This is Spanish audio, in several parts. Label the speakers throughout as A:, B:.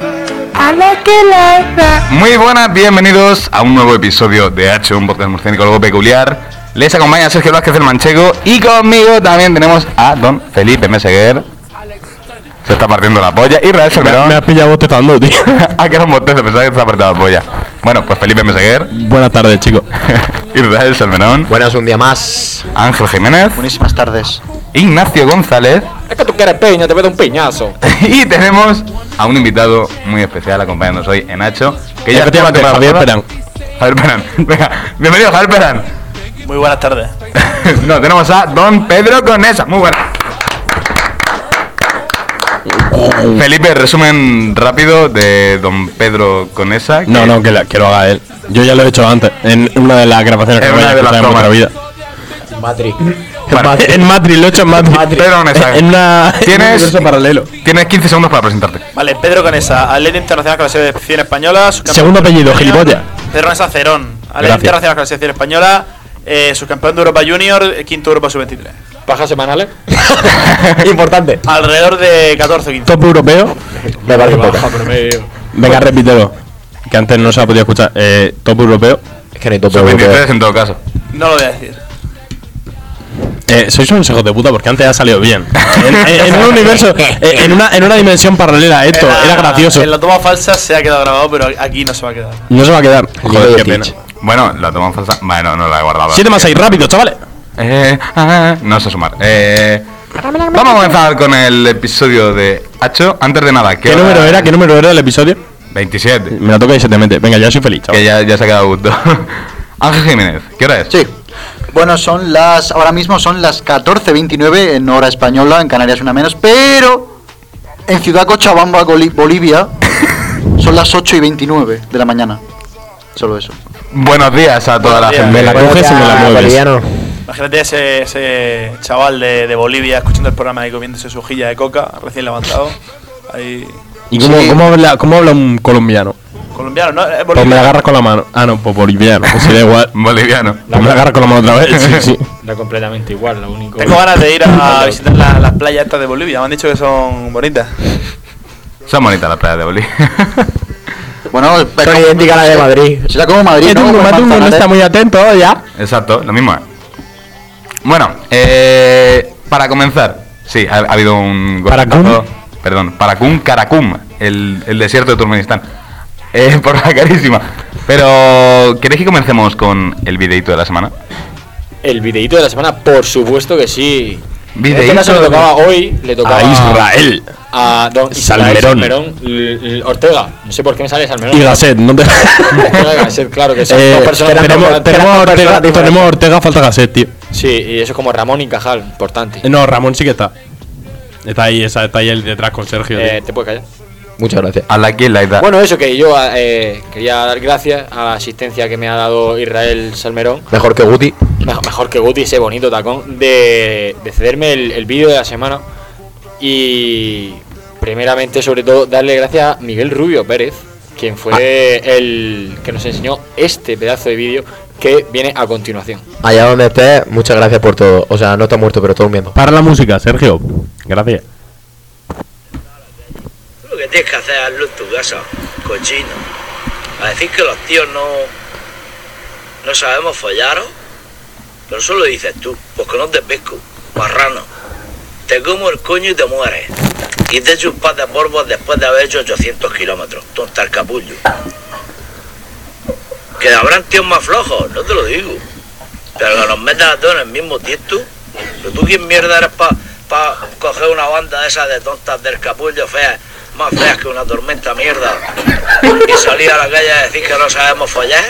A: I like it like that.
B: Muy buenas, bienvenidos a un nuevo episodio de H, un podcast murciénico algo peculiar. Les acompaña Sergio Vázquez del Manchego y conmigo también tenemos a don Felipe Meseguer. Se está partiendo la polla. Israel
C: Me
B: Solberón.
C: has pillado bostezando, tío.
B: ah, que era un bostezo, pensaba que se estaba partiendo la polla. Bueno, pues Felipe Meseguer,
C: Buenas tardes, chicos.
B: Israel Solberón,
D: Buenas, un día más.
B: Ángel Jiménez,
E: Buenísimas tardes.
B: Ignacio González
D: Es que tú quieres peña, te meto un piñazo.
B: y tenemos a un invitado muy especial acompañándonos hoy en Nacho. Que ya estuvo la
C: Efectivamente,
B: temporada
C: Javier
B: pasada.
C: Perán.
B: Javier Perán. Venga, bienvenido Javier Perán.
E: Muy buenas tardes.
B: no, tenemos a Don Pedro Conesa. Muy buena. Felipe, resumen rápido de Don Pedro Conesa. que
C: No, no, que, la- que lo haga él. Yo ya lo he hecho antes, en una de las grabaciones
B: En
C: que
B: una de las
C: en
B: tomas.
C: vida.
D: Madrid.
B: Bueno,
C: En Madrid, lo he hecho en Madrid.
B: Pedro Conesa.
C: En una. en un
B: Tienes-
C: universo paralelo.
B: Tienes 15 segundos para presentarte.
E: Vale, Pedro Conesa, atleta internacional clasificación española. subcampeón
C: Segundo
E: de
C: apellido,
E: España.
C: gilipollas.
E: Pedro Conesa Cerón, atleta
C: Gracias.
E: internacional clasificación española, eh, subcampeón de Europa Junior, eh, quinto Europa Sub-23.
D: Bajas semanales. Importante.
E: Alrededor de 14 o 15.
C: Top europeo.
D: Me parece poca.
C: Venga, repítelo. Que antes no se ha podido escuchar. Eh, top europeo.
D: Es que no hay tope
B: Son 23
D: europeo.
B: en todo caso.
E: No lo voy a decir.
C: Eh, sois unos hijos de puta porque antes ha salido bien. En, en- en un universo. eh, en, una, en una dimensión paralela a esto.
E: En la-
C: Era gracioso.
E: En la toma falsa se ha quedado grabado, pero aquí no se va a quedar.
C: No se va a quedar.
D: Hijo
C: Joder,
D: de
C: qué pena.
D: Twitch.
B: Bueno, la toma falsa. Bueno, no la he guardado.
C: 7 más 6, rápido, chavales.
B: Eh, ah, no sé sumar. Eh, vamos a comenzar con el episodio de Hacho. Antes de nada,
C: ¿Qué número era? ¿Qué número era el episodio?
B: 27.
C: Me la toca y se te mete. Venga, yo soy feliz,
B: Que
C: chaval.
B: ya, ya se ha quedado gusto. Ángel Jiménez, ¿qué hora es?
D: Sí.
E: Bueno, son las. Ahora mismo son las 14.29 en hora española, en Canarias una menos, pero.
F: En Ciudad Cochabamba, Goli- Bolivia, son las 8 y 29 de la mañana. Solo eso.
B: Buenos días a toda la
E: Buenos días.
B: gente.
C: Me la coges y me la mueves.
D: Boliviano.
E: Imagínate ese, ese chaval de, de Bolivia escuchando el programa y comiéndose su hojilla de coca, recién levantado. Ahí.
C: ¿Y cómo,
F: Sí.
C: cómo habla, cómo habla un colombiano?
E: Colombiano, ¿no? Es
C: Pues me la
E: boliviano.
C: agarras con la mano. Ah, no, pues boliviano. Pues sí, da igual.
B: Boliviano.
C: Pues me la agarras con la mano otra vez. Sí, sí.
G: Da completamente igual, lo único.
E: Tengo ganas de ir a visitar la- las playas estas de Bolivia. Me han dicho que son bonitas.
B: Son bonitas las playas de Bolivia.
F: Bueno, es
D: Son
F: como-
D: idénticas a las de Madrid.
F: será como Madrid, ¿no? Como
C: no
F: Manzanares.
C: está muy atento ¿eh? ya.
B: Exacto, lo mismo es. Bueno, eh, para comenzar, sí, ha, ha habido un
C: ¿Paracum?
B: golpetazo- Perdón, Paracum Karakum, el, el desierto de Turkmenistán. Eh, por la carísima. Pero, ¿queréis que comencemos con el videito de la semana?
G: El videíto de la semana, por supuesto que sí.
B: Videíto
G: En este caso le
B: de-
G: tocaba hoy, le
E: Ah.
G: tocaba
C: A Israel.
G: A don Israel
C: Salmerón.
G: Salmerón, l- l- Ortega. No sé por qué me sale Salmerón.
C: Y Gasset, no te.
G: Ortega y Gasset, claro que son
C: Eh,
G: dos personas
C: tenemos,
G: diferentes.
C: tenemos a Ortega,
D: diferentes.
C: tenemos a Ortega, falta Gasset, tío.
G: Sí, y eso es como Ramón y Cajal, importante.
C: Eh, No, Ramón sí que está. Está ahí, esa- está ahí el detrás con Sergio.
G: Eh,
C: tío.
G: te puedes callar.
D: Muchas gracias.
B: A la que la edad.
G: Bueno, eso que yo eh, quería dar gracias a la asistencia que me ha dado Israel Salmerón.
D: Mejor que Guti.
G: Mejor, mejor que Guti, ese bonito tacón, de, de cederme el, el vídeo de la semana. Y primeramente, sobre todo, darle gracias a Miguel Rubio Pérez, quien fue
D: Ah.
G: el que nos enseñó este pedazo de vídeo que viene a continuación.
D: Allá donde estés, muchas gracias por todo. O sea, no está muerto, pero todo durmiendo.
C: Para la música, Sergio. Gracias.
H: Lo que tienes que hacer hazlo en tu casa, cochino. A decir que los tíos no. no sabemos follaros, pero eso lo dices tú, porque no te pesco, marrano. Te como el coño y te mueres. Y te echo un par de polvos después de haber hecho 800 kilómetros, tonta el capullo. Que habrán tíos más flojos, no te lo digo. Pero que nos metas a todos en el mismo tiesto. Pero tú quién mierda eres para coger una banda de esas de tontas del capullo feas, más feas que una tormenta mierda. Y salir a la calle a decir que no sabemos follar,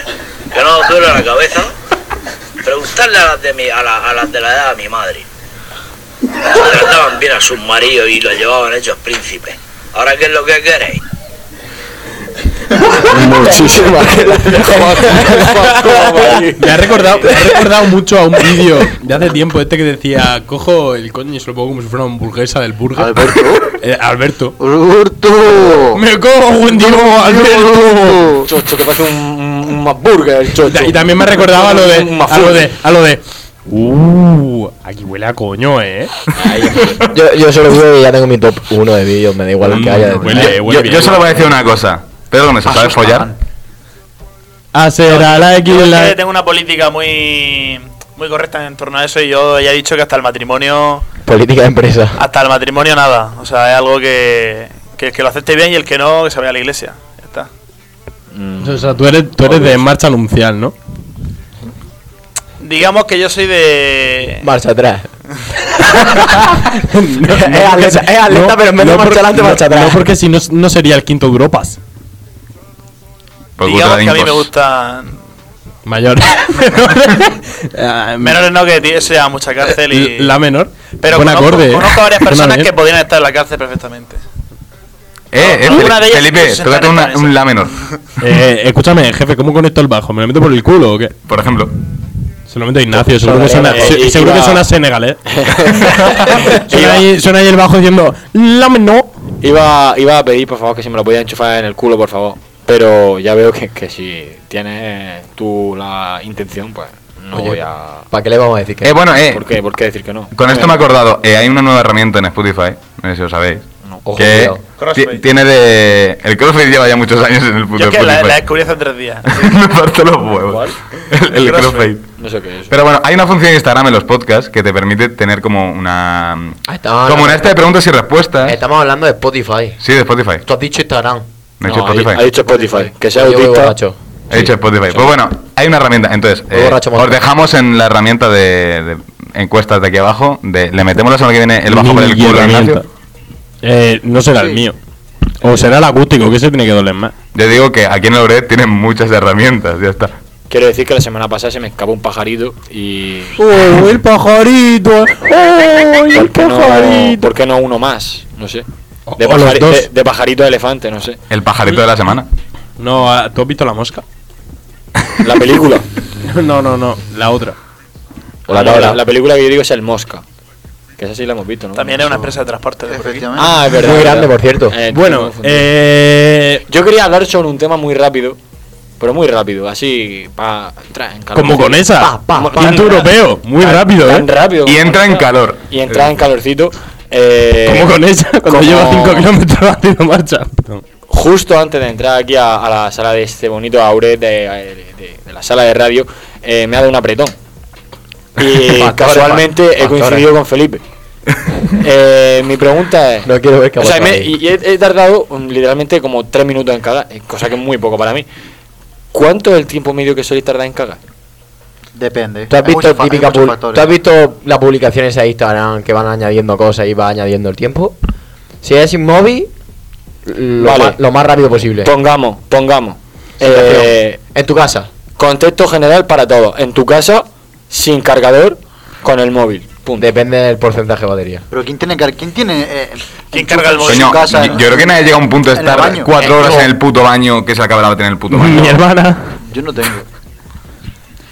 H: que no nos duele la cabeza. Preguntarle a las de mi, a, la- a las de la edad de mi madre. Trataban bien a sus maridos y los llevaban hechos príncipes. Ahora qué es lo que queréis.
C: Muchísimas Me ha recordado, me ha recordado mucho a un vídeo de hace tiempo este que decía cojo el coño y se lo pongo como si fuera una hamburguesa del burger.
F: Alberto.
C: Eh, Alberto.
F: Urtu.
C: Me cojo un tío Alberto.
F: Urtu.
G: Chocho, que parece un, un, un hamburger, el chocho.
C: Y también me recordaba a lo de
G: Un
C: a lo
G: mafú.
C: de a lo de Uh, aquí huele a coño, eh.
D: Yo, yo solo digo que ya tengo mi top 1 de vídeos, me da igual el que haya.
C: Huele,
B: Mm,
D: detrás.
C: huele
B: yo,
C: bien.
B: yo solo voy a decir una cosa. Pedro Gómez, ¿sabes follar?
F: Asustan.
C: Hacer a Ah, la
E: Yo es que
C: equidad.
E: tengo una política muy muy correcta en torno a eso y yo ya he dicho que hasta el matrimonio
D: Política de empresa.
E: hasta el matrimonio nada o sea es algo que que, que lo acepte bien y el que no que se vaya a la iglesia ya está
C: O sea, tú eres, tú eres de marcha nuncial, ¿no?
E: digamos que yo soy de
D: Marcha atrás.
C: No,
D: Es
C: no,
D: atleta-
C: porque-
D: es atleta, pero en vez de marcha
C: por-
D: adelante, marcha atrás.
C: No, porque si no, no sería el quinto Europas.
B: Por cultura
E: digamos
B: de
E: que a mí
B: impos.
E: me gustan
C: Mayor. Ah,
E: menores no que tío, eso ya mucha cárcel y
C: Em, eh, La menor.
E: pero
C: Buen
E: conozco,
C: acorde, ¿eh?
E: conozco a varias
C: Suena
E: personas
C: bien.
E: que podrían estar en la cárcel perfectamente
B: Eh, eh,
E: Alguna
B: Felipe-
E: de ellas
B: Felipe,
E: se
B: tócate
E: sentaron
B: una-
E: en esa.
B: un la menor,
C: Eh, escúchame, jefe, ¿cómo conecto el bajo? ¿Me lo meto por el culo o qué?
B: por ejemplo.
C: Se lo meto a Ignacio, seguro que suena,
G: Eh,
C: se-
G: eh,
C: seguro que
G: iba-
C: suena senegalés. suena, ahí, suena ahí el bajo diciendo, la menor.
G: Iba, iba a pedir, por favor, que si me lo podías enchufar en el culo, por favor. Pero ya veo que, que si tienes tú la intención, pues no voy a...
D: ¿Para qué le vamos a decir que
B: Eh, bueno, eh,
G: ¿Por qué, ¿Por qué decir que no?
B: con esto me he
G: Eh,
B: acordado. eh, hay una nueva herramienta en Spotify, no sé si lo sabéis.
D: Ojo,
B: que
D: cuidado.
E: Crossfade.
B: ti- tiene de. El crossfade lleva ya muchos años en el puto
E: yo es que la,
B: Spotify.
E: la descubrí hace tres días
B: me parto los huevos. El, el
E: El crossfade.
B: crossfade.
G: No sé qué es.
B: Pero bueno, hay una función en Instagram en los podcasts que te permite tener como una.
D: Ah, estamos
B: como una
D: hablando-
B: esta de preguntas y respuestas.
D: Estamos hablando de Spotify.
B: Sí, de Spotify.
D: Tú has dicho Instagram.
B: No he dicho
G: ha-
B: Spotify.
G: Ha dicho Spotify. Que sea
D: Yo voy
G: autista.
D: borracho.
B: He dicho Spotify. Pues bueno, hay una herramienta. Entonces, eh,
D: Voy borracho,
B: os
D: monstruo.
B: dejamos en la herramienta de, de encuestas de aquí abajo. de- le metemos la semana que viene el bajo por el
C: Mini
B: culo a
C: herramienta.
B: Ignacio.
C: Eh, no será el
F: Sí.
C: mío. O será el acústico, que se tiene que doler más.
B: Yo digo que aquí en Loret tienen muchas herramientas. Ya está.
G: Quiero decir que la semana pasada se me escapó un pajarito y...
C: ¡Oh, el pajarito! ¡Oh, el
G: ¿Por qué, no,
C: pajarito!
G: ¿Por qué no uno más? No sé.
C: O-
G: De,
C: o los
G: pajari-
C: dos.
G: de- de pajarito a elefante, no sé.
B: El pajarito de la semana.
C: No, ah, ¿tú has visto la mosca?
G: La película.
C: No, no, no, la otra.
G: O la,
F: Ah, no,
G: tabla.
F: la-
G: La película que yo digo es El Mosca. Que esa sí la hemos visto, ¿no?
E: también es una empresa de transporte de por aquí.
F: Efectivamente.
G: Ah, es verdad.
D: Muy
G: es
D: grande,
G: verdad.
D: por cierto.
G: Eh,
C: Bueno,
G: no, no,
C: eh.
G: Yo quería hablar sobre un tema muy rápido. Pero muy rápido, así. Pa, entra en calor.
C: Como con esa.
D: Pa, pa, pa.
C: Quinto europeo. Muy
G: Tan-
C: rápido, ¿eh?
G: tan rápido
B: Y
G: como
B: entra en
G: esa.
B: calor.
G: Y entra en calorcito. Eh,
C: Como con esa, cuando
G: como-
C: lleva 5 kilómetros haciendo marcha. Perdón.
G: Justo antes de entrar aquí a, a la sala de este bonito aure de, de- de la sala de radio, eh, me ha dado un apretón. Y
D: Factores,
G: casualmente he
D: factores.
G: coincidido con Felipe. Eh, mi pregunta es.
D: No quiero ver que
G: O sea,
D: aguanta
G: me-
D: ahí.
G: y y he, he tardado mm, literalmente como tres minutos en cagar, eh, cosa que es muy poco para mí. ¿Cuánto es el tiempo medio que soléis tardar en cagar?
F: Depende.
D: ¿Tú has,
F: Hay
D: visto
F: muchos fa- hay ¿eh?
D: típica
F: muchos
D: pub-
F: factores.
D: ¿Tú has visto las publicaciones a Instagram que van añadiendo cosas y va añadiendo el tiempo? Si es inmóvil, lo,
G: Vale.
D: más, lo más rápido posible.
G: Pongamos, pongamos. Eh,
D: Situación. en tu casa.
G: contexto general para todos. En tu casa, sin cargador, con el móvil. Punto.
D: Depende del porcentaje de batería.
F: Pero ¿quién tiene, car- quién tiene eh,
E: ¿Quién
F: enchufe
E: carga el
F: en su
E: móvil?
B: Coño,
F: casa?
B: yo, yo creo que nadie llega a un punto de
F: En el
B: estar
F: baño.
B: cuatro
F: Eh,
B: horas
F: no.
B: en el puto baño que se acaba la batería en el puto baño.
C: Mi hermana,
F: Yo no tengo.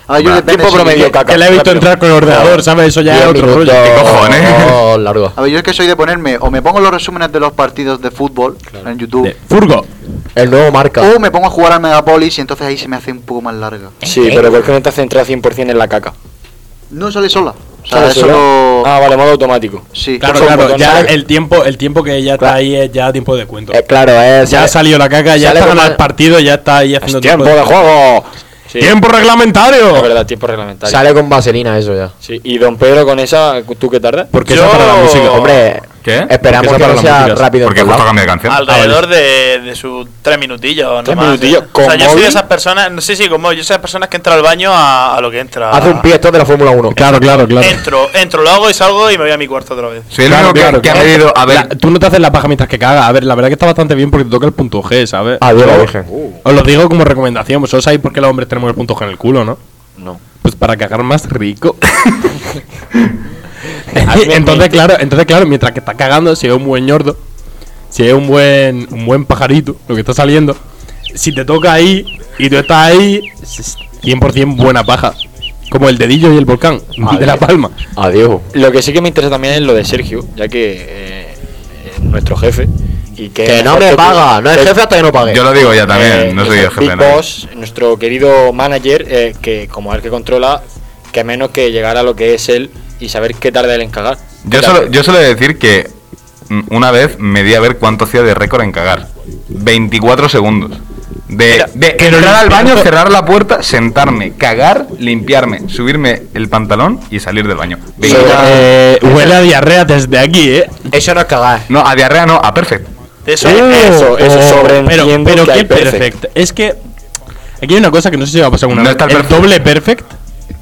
F: Ah, yo
B: Va,
F: depende
G: tiempo
F: si-
G: promedio, caca.
C: que la he visto
G: rápido.
C: entrar con el ordenador, ¿sabes? Eso ya es
D: Diez
C: otro rollo.
D: minutos
B: ¿Qué
D: Oh.
B: cojones?
D: largo.
F: A ver, yo es que soy de ponerme, o me pongo los resúmenes de los partidos de fútbol en YouTube,
C: De- Furgo.
D: El nuevo marca.
F: o me pongo a jugar al Megapolis y entonces ahí se me hace un poco más larga.
D: ¿Eh?
G: Sí, pero ¿por qué no te has centrado 100% en la caca?
F: No sale sola. O sea,
G: ¿Sabes
F: eso
G: solo?
F: lo-
G: Ah, vale, modo automático.
F: Sí.
C: Claro,
G: Son
C: claro.
G: botones.
C: Ya el tiempo, el tiempo que ya está ahí es ya tiempo de cuento.
D: Eh, claro, es.
C: Ya ha salido la caca, ya
D: sale
C: está ganado
D: como-
C: el partido, ya está ahí haciendo
G: ¡Es tiempo
C: tiempo.
G: de juego! Sí,
C: ¡Tiempo
G: Es
C: reglamentario!
G: verdad, tiempo reglamentario.
D: Sale con vaselina eso ya.
G: Sí, y don Pedro con esa, ¿tú qué tardas?
C: Porque
E: Yo-
C: esa para la música.
D: Hombre,
B: ¿Qué?
D: esperamos
C: Porque esa
D: que
C: para
D: no
C: la
D: sea
C: música.
D: rápido.
B: Porque
D: en
B: justo
D: todos
B: cambio
D: lados.
B: de canción.
E: Alrededor de, de sus tres minutillos.
G: Tres
E: no más,
G: minutillos,
E: ¿eh?
G: ¿con
E: O sea, yo soy
G: móvil?
E: de esas personas. No sé si como yo soy de esas personas que entran al baño a, a lo que entra.
D: Hace un pie esto de la Fórmula 1.
C: Claro, claro, claro.
E: Entro, entro, lo hago y salgo y me voy a mi cuarto otra vez.
B: Soy el
C: Claro,
B: único que-
C: claro,
B: que, ha
C: claro.
B: medido. A ver,
C: La- tú no te haces la paja mientras que cagas. A ver, la verdad que está bastante bien porque te toca el punto G, ¿sabes?
D: Adiós, la
C: Pero-
D: Virgen.
C: Os lo digo como recomendación, vosotros sabéis por qué los hombres tenemos el punto G en el culo, ¿no?
G: No.
C: Pues para cagar más rico.
G: A mí me
C: entonces,
G: miente.
C: claro, entonces, claro, mientras que está cagando, si es un buen ñordo, si es un buen, un buen pajarito, lo que está saliendo, si te toca ahí y tú estás ahí, es 100% buena paja. Como el dedillo y el volcán de La Palma.
D: Adiós.
G: Lo que sí que me interesa también es lo de Sergio, ya que eh, es nuestro jefe. Y que,
D: Que no
G: mejor
D: me
G: tú-
D: paga. No es
G: que-
D: jefe hasta que no pague.
B: yo lo digo ya también.
G: eh,
B: no soy
G: que
B: el jefe
G: Big
B: de nadie.
G: Boss, nuestro querido manager, eh, que como es el que controla, que menos que llegar a lo que es él y saber qué tarda él en cagar.
B: Yo
G: Qué
B: solo,
G: tarde.
B: yo solo he de decir que mm, una vez medí a ver cuánto hacía de récord en cagar. 24 segundos. De, de entrar al baño, cerrar la puerta, sentarme, cagar, limpiarme, subirme el pantalón y salir del baño. Venga.
D: Eso-
C: Eh, huele a diarrea desde aquí, ¿eh?
D: Eso no es cagar.
B: No, a diarrea no, a perfect.
E: Eso eh,
G: eso, eso
C: Pero,
G: sobreentiendo
C: Eh, oh, pero
G: que hay
C: qué perfect.
G: perfect.
C: Es que aquí hay una cosa que no sé si me ha pasado una
B: No
C: vez.
B: está el
C: el
B: perfect.
C: doble perfect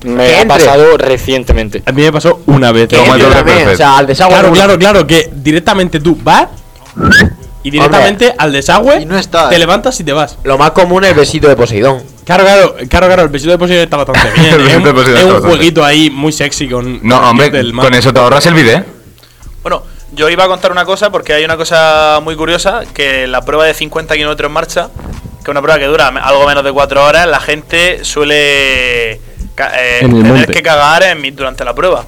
G: Me
D: Que
G: ha
D: entre.
G: pasado recientemente.
C: a mí me pasó una vez.
D: Que
B: Toma el
D: yo
B: doble
D: también,
B: perfecto.
D: O sea, al desagüe.
C: Claro,
D: no-
C: claro, claro, que directamente tú vas y directamente al desagüe
F: Y no está,
C: te
F: eh.
C: levantas y te vas.
D: Lo más común es el besito de Poseidón.
C: Claro, claro, claro, claro, el besito de posición está bastante bien.
B: El
C: es
B: besito
C: un,
B: de Poseidón
C: es
B: está
C: un
B: bastante.
C: jueguito ahí muy sexy con.
B: No, hombre,
C: del mar.
B: con eso te ahorras el vídeo, ¿eh?
E: Bueno, yo iba a contar una cosa porque hay una cosa muy curiosa, que la prueba de 50 kilómetros en marcha, que es una prueba que dura me- algo menos de 4 horas, la gente suele ca- eh,
C: En el
E: tener
C: monte.
E: que cagar en mi- durante la prueba.